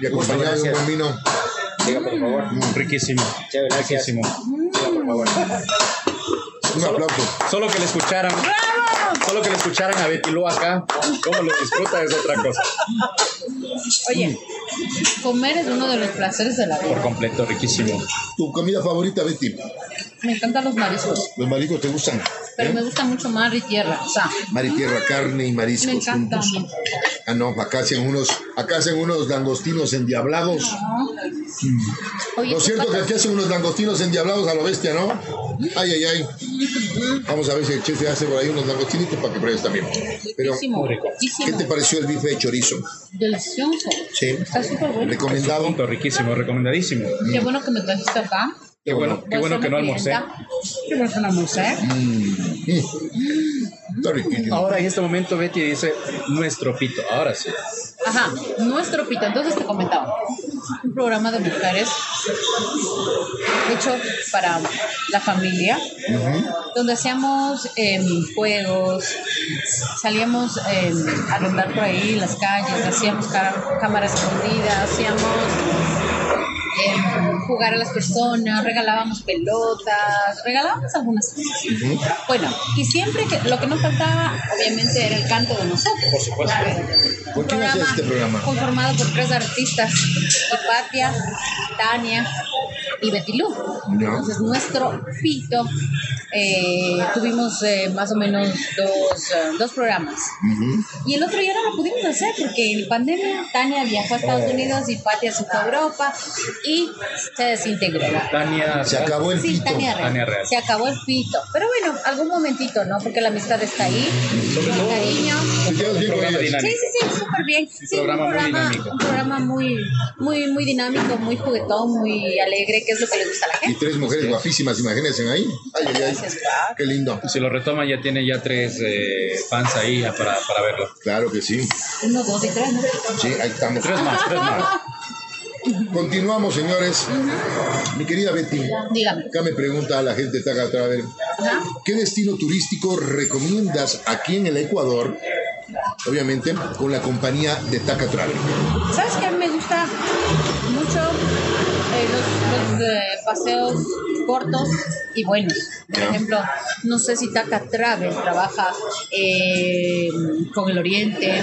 Speaker 1: y acompañado de un
Speaker 6: gracias.
Speaker 1: buen vino.
Speaker 6: Siga, por favor.
Speaker 1: Mm.
Speaker 3: Riquísimo.
Speaker 6: Chévere, gracias.
Speaker 3: Riquísimo.
Speaker 6: Siga, por favor.
Speaker 1: Un
Speaker 3: Solo-
Speaker 1: aplauso.
Speaker 3: Solo que le escucharan. Solo que le escucharan a Betty Lou acá, cómo lo disfruta es otra cosa.
Speaker 2: Oye, comer es uno de los placeres de la vida.
Speaker 3: Por completo, riquísimo.
Speaker 1: ¿Tu comida favorita, Betty?
Speaker 2: Me encantan los mariscos,
Speaker 1: ¿Los mariscos te gustan?
Speaker 2: pero
Speaker 1: ¿Eh?
Speaker 2: me gusta mucho mar y tierra. O sea,
Speaker 1: Mar y tierra, carne y
Speaker 2: Ah, me
Speaker 1: mariscos
Speaker 2: encanta.
Speaker 1: juntos. Ah, no, acá hacen unos, acá hacen unos langostinos endiablados.
Speaker 2: Oye, este
Speaker 1: Lo
Speaker 2: tus
Speaker 1: cierto que
Speaker 2: patas-
Speaker 1: aquí hacen unos langostinos endiablados a lo bestia, ¿no? Ay, ay, ay. Vamos a ver si el chef hace por ahí unos langostinitos para que pruebes también. Pero,
Speaker 2: riquísimo,
Speaker 1: ¿qué
Speaker 2: riquísimo,
Speaker 1: te pareció el bife de chorizo?
Speaker 2: delicioso.
Speaker 1: Sí.
Speaker 2: Está súper bueno.
Speaker 1: Recomendado.
Speaker 3: Punto, riquísimo, recomendadísimo.
Speaker 2: Qué bueno que me trajiste acá.
Speaker 3: Qué bueno,
Speaker 2: Voy
Speaker 3: qué
Speaker 2: a
Speaker 3: bueno
Speaker 2: ser
Speaker 3: que no
Speaker 2: una
Speaker 3: almorcé.
Speaker 2: clienta. Qué bueno que no almorcé.
Speaker 1: Está riquísimo.
Speaker 3: Ahora en este momento Betty dice nuestro pito. Ahora sí.
Speaker 2: Ajá, nuestro pita. Entonces te comentaba, un programa de mujeres hecho para la familia, donde hacíamos em, juegos, salíamos em, a rondar por ahí las calles, hacíamos cara- cámaras escondidas, hacíamos em, jugar a las personas, regalábamos pelotas, regalábamos algunas cosas. Bueno, y siempre que lo que nos faltaba, obviamente, era el canto de nosotros.
Speaker 3: Por supuesto.
Speaker 1: ¿Por quién hacías este programa?
Speaker 2: Conformado por tres artistas, Hipatia, Tania y Betilú. Entonces nuestro pito, eh, tuvimos eh, más o menos dos, eh, dos programas. Y el otro ya no lo pudimos hacer porque en pandemia Tania viajó a Estados Unidos, Hipatia se fue a Europa y se desintegró.
Speaker 3: Tania
Speaker 1: Se acabó el
Speaker 2: Sí,
Speaker 1: pito.
Speaker 2: Tania Real.
Speaker 3: Tania Real.
Speaker 2: Se acabó el pito. Pero bueno, algún momentito, ¿no? Porque la amistad está ahí.
Speaker 3: Sobre
Speaker 2: con
Speaker 3: todo-
Speaker 2: cariño.
Speaker 1: ¿Te llevas bien con
Speaker 3: Programa
Speaker 1: ellas?
Speaker 2: Sí,
Speaker 3: dinámico.
Speaker 2: sí, sí, súper bien. Sí, un
Speaker 3: programa muy
Speaker 2: programa,
Speaker 3: dinámico.
Speaker 2: un programa muy, muy, muy dinámico, muy juguetón, muy alegre, que es lo que le gusta a la
Speaker 1: Y
Speaker 2: gente.
Speaker 1: tres mujeres guapísimas, imagínense ahí. Ay, ay, ay.
Speaker 2: Gracias, Pac.
Speaker 1: Qué lindo.
Speaker 3: Si lo retoman ya tiene ya tres eh, fans ahí ya para, para verlo.
Speaker 1: Claro que sí.
Speaker 2: Uno, dos y tres, ¿no?
Speaker 1: Sí, ahí estamos.
Speaker 3: Tres más, tres más.
Speaker 1: Continuamos, señores. Mi querida Betty,
Speaker 2: Dígame.
Speaker 1: acá me pregunta a la gente está acá atrás. a ver,
Speaker 2: Ajá.
Speaker 1: ¿Qué destino turístico recomiendas aquí en el Ecuador? Obviamente, con la compañía de Taca Travel.
Speaker 2: ¿Sabes qué? A mí me gusta mucho eh, los, los, eh, paseos cortos y buenos. Por
Speaker 1: Ya.
Speaker 2: ejemplo, no sé si Taka Travel trabaja eh, con el Oriente,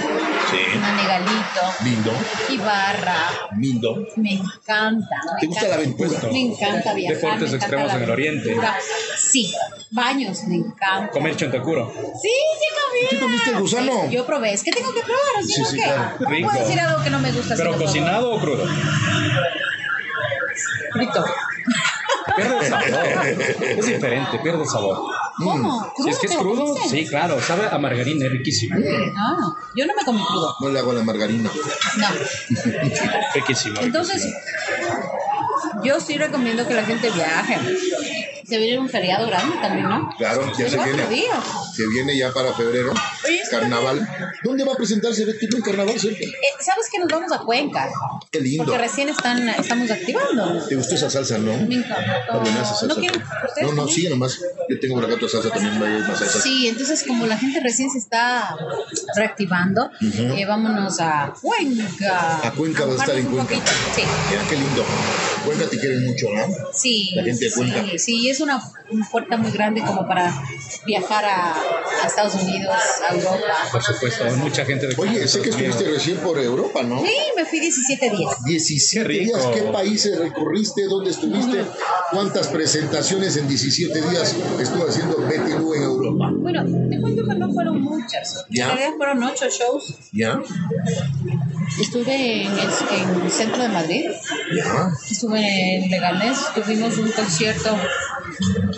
Speaker 2: Manegalito,
Speaker 1: Lindo,
Speaker 2: Ibarra.
Speaker 1: lindo.
Speaker 2: Me encanta. me
Speaker 1: ¿Te gusta la
Speaker 2: encanta.
Speaker 1: aventura?
Speaker 2: Me encanta viajar.
Speaker 3: Deportes
Speaker 2: me encanta
Speaker 3: extremos
Speaker 2: la
Speaker 3: en el Oriente.
Speaker 2: aventura. Sí, baños, me encanta.
Speaker 3: Comer chontacuro.
Speaker 2: Sí, sí comí.
Speaker 1: ¿Sí comiste el gusano?
Speaker 2: Sí, yo probé, es que tengo que probar, o
Speaker 1: Sí,
Speaker 2: sí,
Speaker 1: sí,
Speaker 2: que
Speaker 1: claro.
Speaker 2: no
Speaker 3: Rico.
Speaker 2: puedo decir algo que no me gusta.
Speaker 3: ¿Pero
Speaker 2: sino
Speaker 3: cocinado o crudo?
Speaker 2: todo. Frito.
Speaker 3: Pierde el sabor. Es diferente, pierde el sabor.
Speaker 1: Mm,
Speaker 2: ¿Cómo?
Speaker 3: Si es que es
Speaker 2: ¿Te lo
Speaker 3: crudo,
Speaker 2: comiste?
Speaker 3: sí, claro. Sabe a margarina, es riquísimo.
Speaker 2: No, yo no me comí crudo.
Speaker 1: No le hago la margarina.
Speaker 2: No.
Speaker 3: Riquísimo.
Speaker 2: Entonces, yo sí recomiendo que la gente viaje. Se viene un feriado grande también, ¿no?
Speaker 1: Claro, ya se
Speaker 2: Cuatro
Speaker 1: viene.
Speaker 2: días.
Speaker 1: Se viene ya para febrero.
Speaker 2: Oye, eso
Speaker 1: Carnaval. ¿Dónde va a presentarse Betty en carnaval? Sergio?
Speaker 2: Eh, ¿Sabes que nos vamos a Cuenca?
Speaker 1: Qué lindo.
Speaker 2: Porque recién están, estamos activando.
Speaker 1: ¿Te gustó esa salsa, no?
Speaker 2: Me encantó.
Speaker 1: Está buena esa
Speaker 2: ¿No
Speaker 1: salsa.
Speaker 2: quieren? ¿Ustedes
Speaker 1: No, no,
Speaker 2: también?
Speaker 1: sigue nomás. Yo tengo por acá otra salsa también. va a ir más salsa.
Speaker 2: Sí, entonces como la gente recién se está reactivando, eh, vámonos a Cuenca.
Speaker 1: A Cuenca va a estar en
Speaker 2: Mojarnos un
Speaker 1: Cuenca.
Speaker 2: poquito. Sí,
Speaker 1: Mira, qué lindo. Cuenca te quieren mucho, ¿no?
Speaker 2: sí.
Speaker 1: La gente de Cuenca.
Speaker 2: Sí, sí, es una puerta muy grande como para viajar a, a Estados Unidos, a Europa.
Speaker 3: Por supuesto, hay mucha gente de
Speaker 1: Oye, sé que estuviste recién por Europa, ¿no?
Speaker 2: Sí, me fui 17 días.
Speaker 1: 17
Speaker 3: Qué rico.
Speaker 1: días, ¿qué países recorriste? ¿Dónde estuviste? ¿Cuántas presentaciones en 17 días estuvo haciendo Betty Lou en Europa?
Speaker 2: Bueno, te cuento que no fueron muchas.
Speaker 1: Ya.
Speaker 2: En realidad fueron 8 shows.
Speaker 1: ¿Ya?
Speaker 2: Estuve en el- en el centro de Madrid.
Speaker 1: ¿Ya?
Speaker 2: Estuve en Leganés, tuvimos un concierto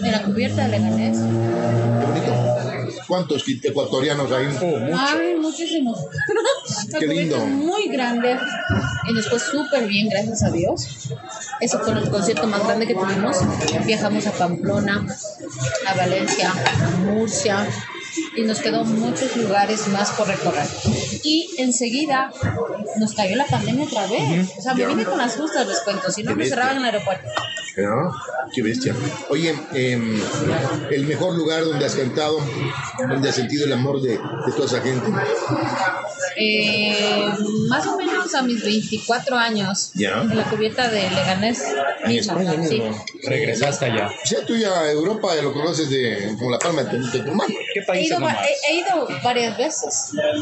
Speaker 2: en la cubierta de Leganés.
Speaker 1: ¿Qué bonito? ¿Cuántos ecuatorianos hay?
Speaker 3: Oh.
Speaker 2: Ay, muchísimos. La
Speaker 1: Qué
Speaker 2: cubierta
Speaker 1: lindo.
Speaker 2: es muy grande y nos fue súper bien, gracias a Dios. Eso fue el concierto más grande que tuvimos. Viajamos a Pamplona, a Valencia, a Murcia y nos quedó muchos lugares más por recorrer. Y enseguida nos cayó la pandemia otra vez. O sea, me
Speaker 1: Ya.
Speaker 2: vine con las justas, les cuento, si no me cerraban el aeropuerto.
Speaker 1: ¿no? Qué bestia. Oye, em, el mejor lugar donde has cantado, donde has sentido el amor de, de toda esa gente.
Speaker 2: Eh, más o menos a mis 24 años.
Speaker 1: Ya.
Speaker 2: En la cubierta de Leganés.
Speaker 1: En España
Speaker 2: Sí.
Speaker 1: mismo.
Speaker 3: Regresaste allá.
Speaker 1: O sea, tú ya a Europa lo conoces de, como la palma de tu, de tu mano.
Speaker 3: ¿Qué
Speaker 2: He
Speaker 3: países
Speaker 2: ido, va- eh,
Speaker 3: nomás?
Speaker 2: he, he ido varias veces.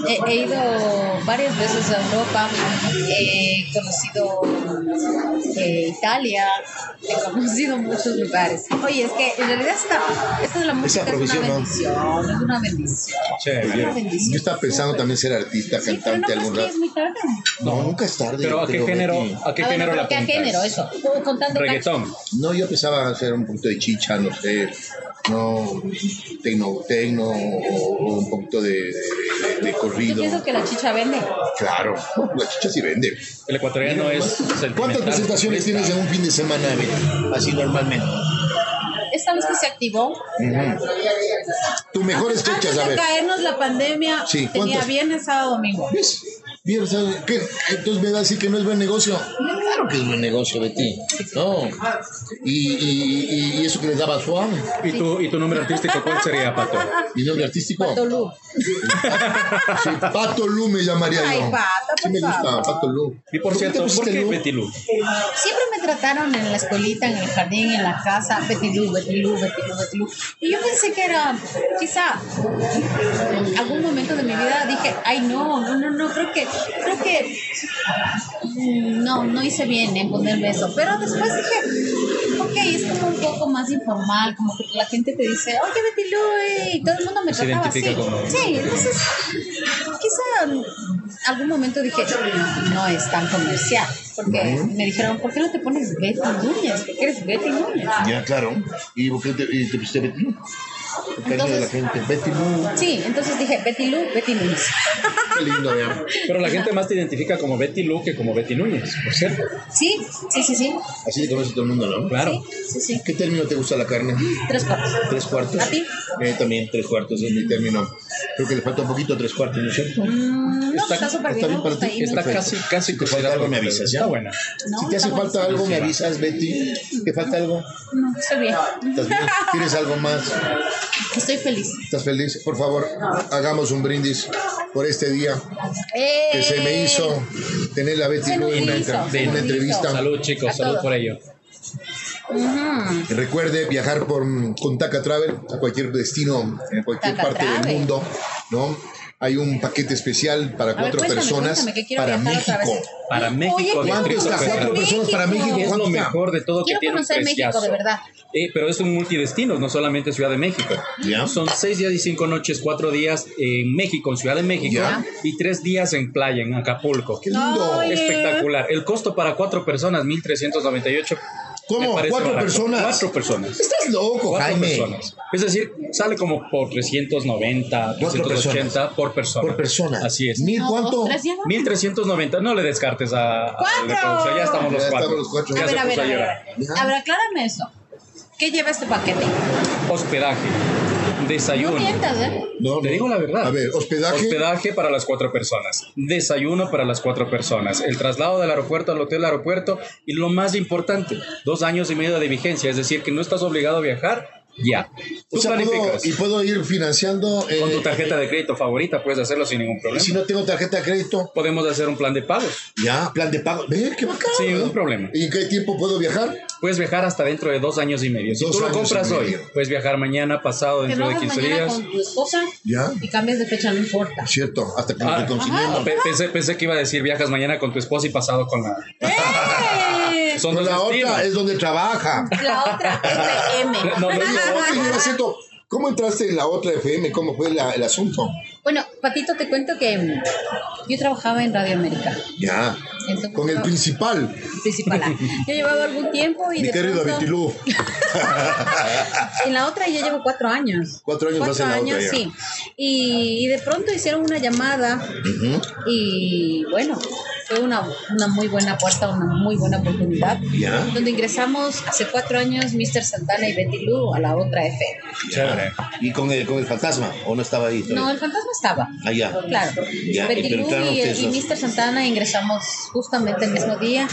Speaker 2: He, he ido varias veces a Europa. He conocido eh, Italia. He conocido muchos lugares. Oye, es que en realidad esta, esta de la música es
Speaker 1: provisión,
Speaker 2: una
Speaker 1: ¿no?
Speaker 2: bendición. Es una bendición.
Speaker 3: Chévere.
Speaker 2: Una bendición.
Speaker 1: Yo estaba pensando también ser artista,
Speaker 2: Sí, pero no
Speaker 1: cantante
Speaker 2: pues
Speaker 1: algún
Speaker 2: que
Speaker 1: rato.
Speaker 2: es muy tarde.
Speaker 1: No, nunca es tarde.
Speaker 3: Pero ¿a qué
Speaker 1: Betty.
Speaker 3: género, a qué
Speaker 2: Ah, bueno,
Speaker 3: género
Speaker 2: pero
Speaker 3: la
Speaker 2: ¿qué
Speaker 3: apuntas?
Speaker 2: género eso? O Contando
Speaker 3: Reggaetón.
Speaker 1: No, yo pensaba hacer un poquito de chicha, no sé, no, tecno, tecno o un poquito de, de- de- de
Speaker 2: ¿Tú
Speaker 1: corrido.
Speaker 2: piensas que la chicha vende?
Speaker 1: Claro, la chicha sí vende.
Speaker 3: El ecuatoriano es sentimental.
Speaker 5: ¿Cuántas presentaciones tienes en un fin de semana, Betty? Así normalmente.
Speaker 2: Esta vez que se activó,
Speaker 1: Tus mejores
Speaker 2: antes
Speaker 1: fechas, a
Speaker 2: de
Speaker 1: ver.
Speaker 2: caernos la pandemia,
Speaker 1: Sí,
Speaker 2: tenía
Speaker 1: ¿cuántas?
Speaker 2: viernes, sábado, domingo.
Speaker 1: ¿Ves? Bien, ¿sabes qué? Entonces me da así que no es buen negocio. Claro que es buen negocio, Betty. No. Y, y- y- y eso que les daba Juan,
Speaker 3: ¿Y tu, ¿Y tu nombre artístico cuál sería, Pato?
Speaker 1: mi nombre artístico.
Speaker 2: Pato Lu.
Speaker 1: Sí, Pato Lu me llamaría
Speaker 2: Ay,
Speaker 1: yo.
Speaker 2: Pato,
Speaker 1: Sí
Speaker 2: por
Speaker 1: me gusta,
Speaker 2: favor.
Speaker 1: Pato Lu.
Speaker 3: Y por
Speaker 1: qué te
Speaker 3: cierto, ¿por
Speaker 1: pusiste
Speaker 3: qué
Speaker 1: Lu?
Speaker 3: Betty Lu?
Speaker 2: Siempre me trataron en la escuelita, en el jardín, en la casa, Betty Lu, Betty Lu, Betty Lu, Betty Lu. Y yo pensé que era, quizá, algún momento de mi vida dije, ay no, no, no, no, creo que, creo que, mm, no, no hice bien en ponerme eso. Pero después dije, ok, es como un poco más informal, como que la gente te dice, oye Betty Lu, y todo el mundo me
Speaker 3: Se
Speaker 2: trataba así.
Speaker 3: identifica como-
Speaker 2: Sí, entonces, quizá mm, algún momento dije, no es tan comercial, porque me dijeron, ¿por qué no te pones Betty Núñez? ¿Por qué eres Betty Núñez?
Speaker 1: Ya, claro. ¿Y por qué te, y te pusiste Betty Lu? El cariño de la
Speaker 2: Entonces-
Speaker 1: gente. Betty Lu.
Speaker 2: Sí, entonces dije, Betty Lu, Betty Núñez.
Speaker 1: Qué lindo, vean.
Speaker 3: Pero la gente más te identifica como Betty Lu que como Betty Núñez, por cierto.
Speaker 2: Sí, sí, sí, sí.
Speaker 1: Así te conoce todo el mundo, ¿no?
Speaker 3: Claro.
Speaker 2: Sí, sí.
Speaker 1: ¿Qué término te gusta la carne?
Speaker 2: Tres cuartos.
Speaker 1: ¿Tres cuartos?
Speaker 2: ¿A ti?
Speaker 1: Eh, también tres cuartos es mi término. Creo que le falta un poquito tres cuartos, ¿no es cierto?
Speaker 2: Mm, no,
Speaker 3: Está-
Speaker 2: está súper
Speaker 1: está
Speaker 2: bien.
Speaker 1: bien para
Speaker 2: está
Speaker 1: ti,
Speaker 2: ahí,
Speaker 3: Está
Speaker 2: ¿no?
Speaker 1: Perfecto.
Speaker 3: casi, casi
Speaker 1: Si te falta
Speaker 3: considerado-
Speaker 1: algo, me avisas, ¿ya?
Speaker 3: Está buena.
Speaker 2: No,
Speaker 1: si te hace
Speaker 2: está
Speaker 1: falta
Speaker 2: buenísimo.
Speaker 1: algo, me avisas, Betty. ¿Te falta algo?
Speaker 2: No, estoy bien.
Speaker 1: ¿Estás bien? ¿Quieres algo más?
Speaker 2: Estoy feliz.
Speaker 1: ¿Estás feliz? Por favor, hagamos un brindis por este día que se me
Speaker 2: ¡Eh!
Speaker 1: hizo tener la Betty
Speaker 2: Se
Speaker 1: Lu
Speaker 2: nos
Speaker 1: en una,
Speaker 2: hizo,
Speaker 1: entre-
Speaker 2: se
Speaker 1: en
Speaker 2: nos
Speaker 1: una
Speaker 2: hizo.
Speaker 1: entrevista.
Speaker 3: Salud, chicos.
Speaker 2: A
Speaker 3: Salud
Speaker 2: todos.
Speaker 3: por ello.
Speaker 2: Ujú.
Speaker 1: Recuerde viajar por, mm, con Taca Travel a cualquier destino, en cualquier
Speaker 2: Taca
Speaker 1: parte del
Speaker 2: Travel.
Speaker 1: mundo, ¿no? Hay un paquete especial para
Speaker 2: A ver,
Speaker 1: cuatro
Speaker 2: cuéntame,
Speaker 1: personas
Speaker 2: cuéntame, que quiero
Speaker 1: para
Speaker 2: viajar otra
Speaker 1: México.
Speaker 2: vez.
Speaker 3: Para México,
Speaker 2: Oye, quiero
Speaker 3: Distrito
Speaker 1: ¿Cuántas
Speaker 2: conocer
Speaker 1: cuatro
Speaker 3: Federal.
Speaker 1: personas para México?
Speaker 3: Es lo
Speaker 1: ¿Cuántas?
Speaker 3: mejor de todo que
Speaker 2: Quiero
Speaker 3: tiene un
Speaker 2: conocer México,
Speaker 3: preciazo.
Speaker 2: de verdad.
Speaker 3: Eh, pero es un multidestino, no solamente Ciudad de México.
Speaker 1: Ya.
Speaker 3: Son seis días y cinco noches, cuatro días en México, en Ciudad de México,
Speaker 1: Ya.
Speaker 3: y tres días en playa, en Acapulco.
Speaker 1: ¡Qué lindo!
Speaker 2: Ay,
Speaker 3: Espectacular. El costo para cuatro personas, 1.398.
Speaker 1: ¿Cómo?
Speaker 3: Me parece
Speaker 1: ¿Cuatro
Speaker 3: barato.
Speaker 1: personas?
Speaker 3: Cuatro personas.
Speaker 1: Estás loco,
Speaker 3: Cuatro
Speaker 1: Jaime.
Speaker 3: personas. Es decir, sale como por 390,
Speaker 1: Cuatro
Speaker 3: 380 por persona.
Speaker 1: Por persona.
Speaker 3: Así es.
Speaker 1: ¿Mil
Speaker 2: No,
Speaker 1: cuánto?
Speaker 2: dos, tres, ya va.
Speaker 3: 1390, no le descartes a, a
Speaker 2: ¡Cuatro!
Speaker 3: la producción, ya estamos los
Speaker 1: Ya
Speaker 3: cuatro.
Speaker 1: estamos los cuatro.
Speaker 3: Ya
Speaker 2: A
Speaker 3: se
Speaker 2: ver, a ver,
Speaker 3: puso
Speaker 2: a
Speaker 3: a
Speaker 2: ver.
Speaker 3: llorar.
Speaker 2: a ver. A ver, aclárame eso. ¿Qué lleva este paquete?
Speaker 3: Hospedaje,
Speaker 2: No
Speaker 3: desayuno.
Speaker 2: mientas, ¿eh?
Speaker 1: No,
Speaker 3: Te
Speaker 1: no.
Speaker 3: digo la verdad.
Speaker 1: A ver, hospedaje.
Speaker 3: Hospedaje para las cuatro personas, desayuno para las cuatro personas, el traslado del aeropuerto al hotel aeropuerto y lo más importante, dos años y medio de vigencia, es decir, que no estás obligado a viajar ya. Tú
Speaker 1: O sea, puedo-
Speaker 3: planificas.
Speaker 1: y puedo ir financiando. eh,
Speaker 3: Con tu tarjeta de crédito favorita puedes hacerlo sin ningún
Speaker 1: y
Speaker 3: problema.
Speaker 1: si no tengo tarjeta de crédito,
Speaker 3: Podemos hacer un plan de pagos.
Speaker 1: ya, plan de pago. ¿Ve? Qué bacán.
Speaker 3: Sin ningún problema.
Speaker 1: ¿Y en qué tiempo puedo viajar?
Speaker 3: Puedes viajar hasta dentro de dos años y medio. Si
Speaker 1: Dos
Speaker 3: tú lo
Speaker 1: años
Speaker 3: compras
Speaker 1: y
Speaker 3: hoy,
Speaker 1: medio.
Speaker 3: puedes viajar mañana, pasado,
Speaker 2: Te
Speaker 3: dentro de
Speaker 2: vas
Speaker 3: 15
Speaker 2: mañana
Speaker 3: días.
Speaker 2: con tu esposa
Speaker 1: Ya.
Speaker 2: y cambias de fecha, no importa.
Speaker 1: Cierto, hasta que nos
Speaker 3: Ah,
Speaker 1: reconciliemos.
Speaker 3: pe- pensé, pensé que iba a decir viajas mañana con tu esposa y pasado con la...
Speaker 2: ¡Eh!
Speaker 3: Son
Speaker 1: Pero
Speaker 3: dos
Speaker 1: la otra
Speaker 3: destinos.
Speaker 1: es donde trabaja.
Speaker 2: La otra FM.
Speaker 3: No, no,
Speaker 1: Oye, oye, yo me siento, ¿Cómo entraste en la otra FM? ¿Cómo fue la- el asunto?
Speaker 2: Bueno, Patito, te cuento que mm, yo trabajaba en Radio América.
Speaker 1: Ya.
Speaker 2: Entonces,
Speaker 1: Con el
Speaker 2: yo-
Speaker 1: principal,
Speaker 2: principal. Ah, A. Yo llevaba algún tiempo y
Speaker 1: mi
Speaker 2: de
Speaker 1: querido
Speaker 2: pronto-
Speaker 1: Avitilú.
Speaker 2: En la otra ya llevo cuatro años.
Speaker 1: Cuatro años
Speaker 2: Cuatro
Speaker 1: vas en la otra
Speaker 2: años,
Speaker 1: ya.
Speaker 2: sí. Y, y de pronto hicieron una llamada y bueno, fue una, una muy buena apuesta, una muy buena oportunidad.
Speaker 1: Ya.
Speaker 2: Donde ingresamos hace cuatro años Mr. Santana y Betty Lou a la otra F.
Speaker 3: Chévere.
Speaker 5: ¿Y con el, con el fantasma? ¿O no estaba ahí?
Speaker 2: No, el fantasma estaba.
Speaker 1: Ah,
Speaker 5: Allá.
Speaker 2: Claro.
Speaker 5: Ya,
Speaker 2: Betty
Speaker 5: pero
Speaker 2: Lou
Speaker 5: entraron
Speaker 2: y,
Speaker 5: ustedes
Speaker 2: y
Speaker 5: dos.
Speaker 2: Mr. Santana ingresamos justamente el mismo día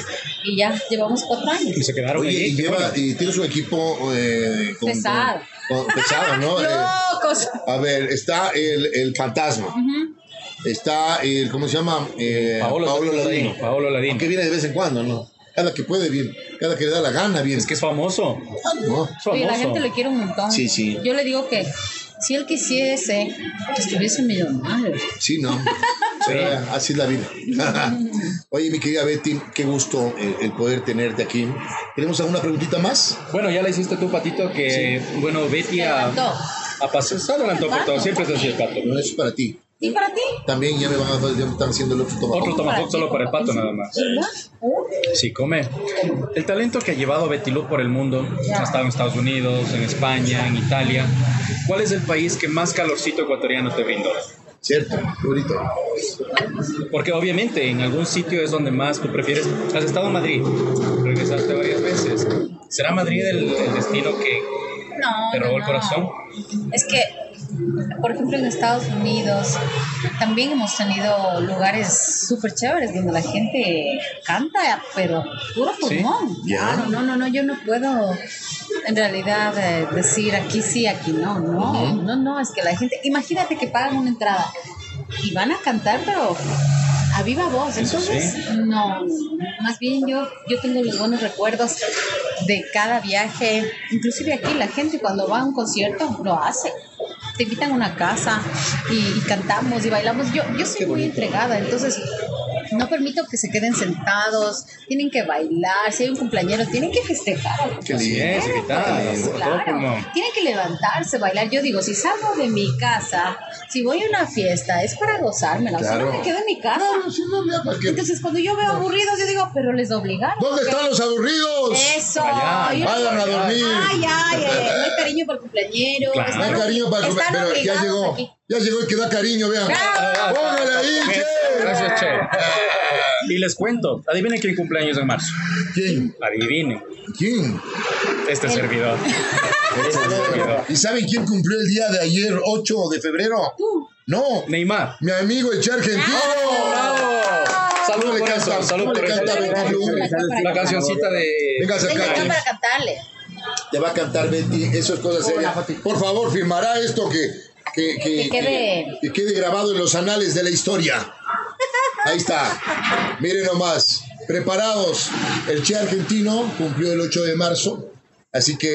Speaker 2: y ya llevamos cuatro años.
Speaker 3: Y se quedaron
Speaker 1: Oye,
Speaker 3: allí.
Speaker 1: y, lleva, y tienes un equipo eh, con-
Speaker 2: Pesado.
Speaker 1: con- con- pesado, ¿no? Eh,
Speaker 2: ¡Locos!
Speaker 1: a ver, está el, el fantasma. Está el, ¿cómo se llama? Eh,
Speaker 3: Paolo,
Speaker 1: Paolo
Speaker 3: Ladino.
Speaker 1: Ladino.
Speaker 3: Paolo Ladino.
Speaker 1: Que viene de vez en cuando, ¿no? Cada que puede, bien. Cada que le da la gana, bien.
Speaker 3: Es que es famoso.
Speaker 1: Ah, no.
Speaker 3: Es
Speaker 2: Oye, la
Speaker 3: famoso.
Speaker 2: gente le quiere un montón.
Speaker 5: Sí, sí.
Speaker 2: Yo le digo que si él quisiese, estuviese millonario.
Speaker 1: Sí, no. Pero eh, así es la vida. Oye, mi querida Betty, qué gusto eh, el poder tenerte aquí. ¿Tenemos alguna preguntita más?
Speaker 3: Bueno, ya la hiciste tú, Patito, que, bueno, Betty
Speaker 2: Se
Speaker 3: a,
Speaker 2: levantó.
Speaker 3: a pasar. Se adelantó por todo. Siempre es así el pato.
Speaker 1: No, eso es para ti.
Speaker 2: ¿Y para ti?
Speaker 1: También ya me van a ya me están haciendo el otro
Speaker 3: Otro
Speaker 1: tomahawk.
Speaker 3: tomahawk solo para el pato nada más.
Speaker 2: ¿Verdad? ¿Eh?
Speaker 3: Sí, come. El talento que ha llevado Betty Lou por el mundo, ha estado en Estados Unidos, en España, en Italia. ¿Cuál es el país que más calorcito ecuatoriano te brindó?
Speaker 1: Cierto, qué bonito.
Speaker 3: Porque obviamente en algún sitio es donde más tú prefieres. Has estado en Madrid, regresaste varias veces. ¿Será Madrid el, el destino que
Speaker 2: No,
Speaker 3: te
Speaker 2: no,
Speaker 3: robó el
Speaker 2: no.
Speaker 3: corazón?
Speaker 2: Es que, por ejemplo, en Estados Unidos también hemos tenido lugares súper chéveres donde la gente canta, pero puro
Speaker 3: Sí,
Speaker 2: pulmón.
Speaker 1: ya.
Speaker 2: Claro, no, no, no, yo no puedo en realidad eh, decir aquí sí, aquí no, no, no, no, es que la gente, imagínate que pagan una entrada y van a cantar, pero a viva voz,
Speaker 3: Eso sí.
Speaker 2: entonces no, más bien yo, yo tengo los buenos recuerdos de cada viaje, inclusive aquí la gente cuando va a un concierto lo hace. Te invitan a una casa y, y cantamos y bailamos.
Speaker 3: Ah,
Speaker 2: Yo, yo soy muy entregada, entonces no permito que se queden sentados, tienen que bailar, si hay un cumpleañero, tienen que festejar.
Speaker 1: Qué
Speaker 3: Así
Speaker 1: lindo.
Speaker 3: es, gritar,
Speaker 2: Pues,
Speaker 3: a todo
Speaker 2: claro,
Speaker 3: pulmón.
Speaker 2: tienen que levantarse, bailar. Yo digo, si salgo de mi casa, si voy a una fiesta, es para gozármela, o sea,
Speaker 1: Claro.
Speaker 2: no me quedo en mi casa.
Speaker 1: Claro, sí, no, ya, ¿para qué?
Speaker 2: Entonces, cuando yo veo aburridos, yo digo, pero les obligaron.
Speaker 1: ¿Dónde
Speaker 2: porque-
Speaker 1: están los aburridos?
Speaker 2: Eso.
Speaker 3: Allá,
Speaker 2: yo-
Speaker 1: Vayan a
Speaker 2: Ay,
Speaker 1: dormir.
Speaker 2: ay, ay, ay, no hay cariño para el cumpleañero.
Speaker 3: Claro.
Speaker 1: Da
Speaker 2: Están,
Speaker 1: cariño para
Speaker 2: están
Speaker 1: pero ya
Speaker 2: obligados
Speaker 1: llegó.
Speaker 2: aquí.
Speaker 1: Ya llegó el que da cariño, vean.
Speaker 2: Bravo.
Speaker 1: Póngale ahí, che.
Speaker 3: Gracias, Che. Y les cuento, adivinen quién cumpleaños en marzo.
Speaker 1: ¿Quién?
Speaker 3: Adivinen,
Speaker 1: ¿Quién?
Speaker 2: Eh.
Speaker 3: este servidor. Este servidor.
Speaker 1: ¿Y saben quién cumplió el día de ayer, 8 de febrero? No,
Speaker 3: Neymar.
Speaker 1: mi amigo el Che argentino.
Speaker 3: ¡Bravo!
Speaker 1: ¿Cómo
Speaker 3: Salud Oh,
Speaker 1: le
Speaker 3: por
Speaker 1: canta?
Speaker 3: eso, salud
Speaker 1: ¿Cómo le
Speaker 3: por eso.
Speaker 1: canta
Speaker 2: Venga,
Speaker 1: Betty Blue?
Speaker 2: venga, venga,
Speaker 3: La cancioncita de...
Speaker 1: Venga,
Speaker 2: Venga,
Speaker 1: acércate.
Speaker 2: acá para cantarle.
Speaker 1: Te va a cantar Betty, eso es cosa seria. Por favor, firmará esto que, que,
Speaker 2: Que quede-
Speaker 1: que quede grabado en los anales de la historia. Ahí está. Miren nomás. Preparados. El Che argentino cumplió el 8 de marzo. Así que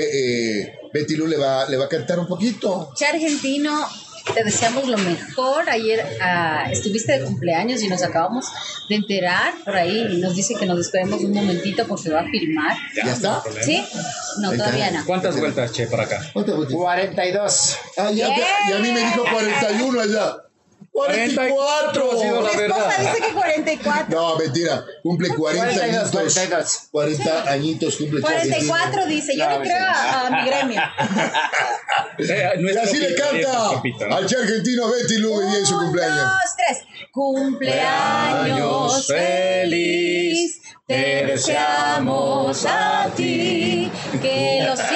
Speaker 1: eh, Betty Lu le va, le va a cantar un poquito.
Speaker 2: Che argentino, te deseamos lo mejor. Ayer ah, estuviste de cumpleaños y nos acabamos de enterar por ahí. y Nos dice que nos esperemos un momentito porque va a firmar.
Speaker 1: ¿Ya, está?
Speaker 2: ¿Sí? No,
Speaker 1: Ahí está.
Speaker 2: todavía no.
Speaker 3: ¿Cuántas vueltas, Che, para acá?
Speaker 1: ¿Cuántas vueltas?
Speaker 6: 42.
Speaker 1: Ah, ya, ya- y a mí me dijo 41 allá. 44.
Speaker 3: ha sido
Speaker 2: Tu
Speaker 3: la
Speaker 2: esposa
Speaker 3: verdad. Eh,
Speaker 2: dice que 44.
Speaker 1: No, mentira. Cumple 40
Speaker 6: 42,
Speaker 1: añitos.
Speaker 6: 42.
Speaker 1: 40 añitos cumple el Che argentino.
Speaker 2: 44 dice. Yo
Speaker 6: No,
Speaker 2: le creo a, a mi gremio.
Speaker 3: Eh,
Speaker 1: Y
Speaker 3: nuestro
Speaker 1: así le
Speaker 3: Pito,
Speaker 1: canta
Speaker 3: nuestro Pito, ¿no?
Speaker 1: al che argentino Betty Lou hoy día en su
Speaker 2: Un,
Speaker 1: cumpleaños.
Speaker 2: dos, tres. Cumpleaños
Speaker 3: Cumpleaños
Speaker 2: feliz,
Speaker 3: feliz,
Speaker 2: te
Speaker 3: te
Speaker 2: deseamos a ti que lo siga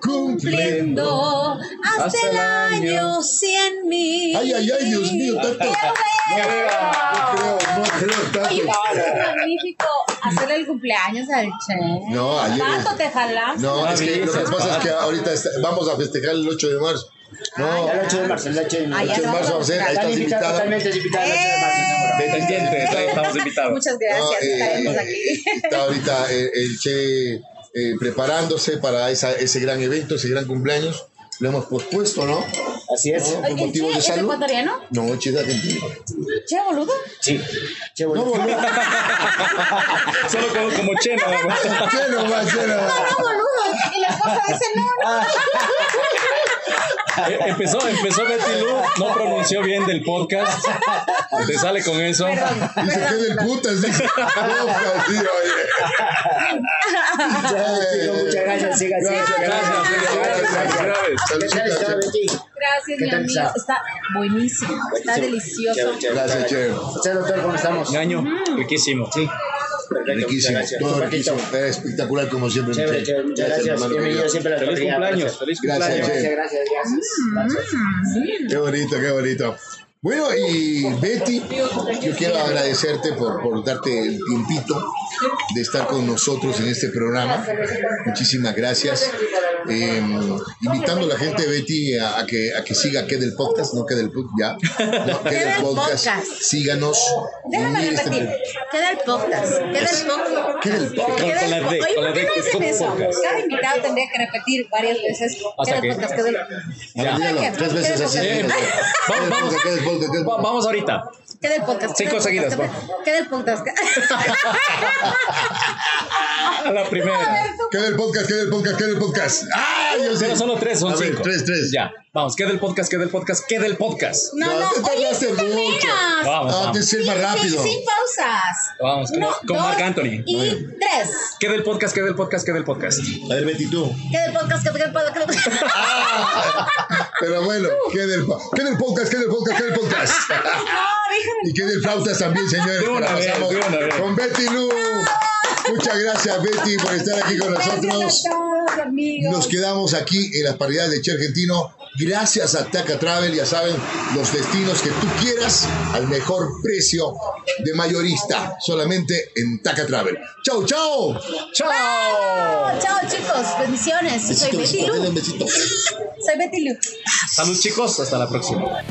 Speaker 2: cumpliendo
Speaker 3: cumpliendo
Speaker 2: hasta el año 100 mil.
Speaker 1: Ay, ay, ay, Dios mío, tanto. No creo, no creo
Speaker 2: Oye,
Speaker 1: tanto.
Speaker 2: es magnífico hacerle el cumpleaños al Che.
Speaker 1: No, ayer-
Speaker 2: ¿Cuánto te jalaste?
Speaker 1: No, es que lo que
Speaker 3: Maravilloso.
Speaker 1: pasa es que ahorita está- vamos a festejar el 8 de marzo. No,
Speaker 6: El
Speaker 1: el
Speaker 6: 8 de marzo, el 8 de
Speaker 2: Ay, Ah, ya Eh.
Speaker 1: 8 de
Speaker 2: no,
Speaker 1: marzo vamos a hacer, ahí estás
Speaker 6: Están invitados,
Speaker 1: invitada.
Speaker 6: totalmente invitados el 8 de marzo, seguro.
Speaker 3: Pendientes, ahí estamos invitados.
Speaker 2: Muchas
Speaker 1: No,
Speaker 2: gracias,
Speaker 1: eh,
Speaker 2: estaremos
Speaker 1: eh,
Speaker 2: aquí.
Speaker 1: Está ahorita el, el Che eh, preparándose para esa- ese gran evento, ese gran cumpleaños. Lo hemos pospuesto, ¿no?
Speaker 6: Así es.
Speaker 1: Por
Speaker 2: Oye, ¿El Che
Speaker 1: motivos de
Speaker 2: es
Speaker 1: salud.
Speaker 2: ecuatoriano?
Speaker 1: No, Che es argentino.
Speaker 2: ¿Che boludo?
Speaker 6: Sí. Che,
Speaker 1: No,
Speaker 6: bueno.
Speaker 1: boludo.
Speaker 3: Solo como, como Che, nada más.
Speaker 1: Che, no va, Che, no va.
Speaker 3: Ah,
Speaker 2: No, boludo. Y la esposa dice, no, no.
Speaker 3: Eh, Empezó, empezó Betty Lou, no pronunció bien del podcast. Te sale con eso.
Speaker 2: Perdón,
Speaker 1: Dice, ¿qué
Speaker 2: perdón.
Speaker 1: del putas? Dice, no, sí, oye.
Speaker 6: Chico, muchas gracias, siga así.
Speaker 1: eh, Gracias,
Speaker 3: Gracias, gracias, gracias.
Speaker 6: ¿Qué tal
Speaker 1: Saludcita,
Speaker 6: está,
Speaker 1: che.
Speaker 6: Betty?
Speaker 2: Gracias,
Speaker 6: ¿Qué
Speaker 2: mi
Speaker 6: tal
Speaker 2: amigo.
Speaker 6: está?
Speaker 2: Está buenísimo, está
Speaker 6: Buenísimo.
Speaker 2: delicioso.
Speaker 6: Chévere, chévere.
Speaker 1: Gracias, che.
Speaker 6: Usted, doctor, ¿cómo estamos?
Speaker 3: Ñaño, riquísimo.
Speaker 6: Perfecto,
Speaker 1: Riquísimo,
Speaker 6: muchas gracias.
Speaker 1: todo
Speaker 6: Paquito,
Speaker 1: riquísimo. Era espectacular como siempre.
Speaker 6: Chévere,
Speaker 1: Michelle.
Speaker 6: chévere, muchas gracias.
Speaker 1: hermano
Speaker 6: Bienvenido
Speaker 1: querido.
Speaker 6: siempre a la
Speaker 3: Feliz
Speaker 6: tortilla.
Speaker 3: cumpleaños, feliz
Speaker 1: Gracias,
Speaker 3: cumpleaños.
Speaker 1: che.
Speaker 6: Gracias, gracias, gracias. Gracias.
Speaker 1: Qué bonito, qué bonito. Bueno, y Betty, yo quiero agradecerte por, por darte el tiempito de estar con nosotros en este programa. Muchísimas gracias. Eh, invitando a la gente, Betty, a, a que, a que siga que del podcast, no que del pod- ya. No, que
Speaker 2: Queda
Speaker 1: del
Speaker 2: el
Speaker 1: podcast.
Speaker 2: podcast.
Speaker 1: Síganos.
Speaker 2: Déjame
Speaker 1: Y este
Speaker 2: repetir.
Speaker 1: pro-
Speaker 2: Queda el podcast. Queda
Speaker 3: Pues,
Speaker 2: el podcast.
Speaker 1: Queda el podcast.
Speaker 2: Queda
Speaker 3: Con la
Speaker 2: el
Speaker 3: D,
Speaker 2: po- Oye,
Speaker 3: con la
Speaker 2: ¿por qué
Speaker 3: D,
Speaker 2: no
Speaker 3: que es
Speaker 2: dicen
Speaker 3: como
Speaker 2: eso?
Speaker 3: podcast.
Speaker 2: Cada invitado tendría que repetir varias veces.
Speaker 3: Hasta
Speaker 2: Queda
Speaker 3: que-
Speaker 2: el podcast. Queda el
Speaker 1: Ah,
Speaker 3: Ya.
Speaker 1: dígalo, tres veces así.
Speaker 3: Eh,
Speaker 1: dígalo.
Speaker 3: vamos, vamos.
Speaker 1: Queda el podcast, queda
Speaker 3: Va-
Speaker 1: el podcast.
Speaker 3: Vamos ahorita.
Speaker 2: Queda el podcast.
Speaker 3: Cinco
Speaker 2: queda el
Speaker 3: seguidas,
Speaker 2: podcast, Queda el podcast.
Speaker 3: A la primera.
Speaker 1: Queda el podcast, queda el podcast, queda el podcast. ¡Ah! Yo sé.
Speaker 3: Pero solo tres, son
Speaker 1: A ver,
Speaker 3: cinco.
Speaker 1: tres, tres.
Speaker 3: Ya. Vamos, queda el podcast, queda el podcast, queda el podcast.
Speaker 2: No,
Speaker 1: No,
Speaker 2: no.
Speaker 1: te
Speaker 2: Oye,
Speaker 1: tardaste
Speaker 2: tú también.
Speaker 1: mucho.
Speaker 3: Vamos,
Speaker 1: Ah,
Speaker 3: vamos.
Speaker 1: tienes que ir más
Speaker 2: Sí,
Speaker 1: rápido.
Speaker 2: sí, Sin pausas.
Speaker 3: Vamos, como-
Speaker 2: Uno,
Speaker 3: como
Speaker 2: dos
Speaker 3: Marc Anthony.
Speaker 2: Y tres.
Speaker 3: Queda el podcast, queda el podcast, queda el podcast.
Speaker 5: A ver, Betty, tú.
Speaker 2: Queda el podcast. Queda el podcast. queda el podcast.
Speaker 1: Ah, Pero bueno, queda el, po- queda el podcast, queda el podcast, queda el podcast.
Speaker 2: No, déjame.
Speaker 1: Y queda el flautas también, señores.
Speaker 3: De una
Speaker 1: Ahora
Speaker 3: vez,
Speaker 1: pasamos
Speaker 3: de una vez.
Speaker 1: Con Betty Lu. Muchas gracias, Betty, por estar aquí con nosotros.
Speaker 2: Gracias a todos, amigos.
Speaker 1: Nos quedamos aquí en las paridades de Che Argentino. Gracias a Taca Travel, ya saben, los destinos que tú quieras al mejor precio de mayorista, solamente en Taca Travel. Chau, chau.
Speaker 2: Chao, chao, chicos. Bendiciones.
Speaker 5: Besito,
Speaker 2: Soy Betty
Speaker 5: besito,
Speaker 2: Lu.
Speaker 5: denle un besito.
Speaker 2: Soy Betty Lu.
Speaker 3: Salud chicos, hasta la próxima.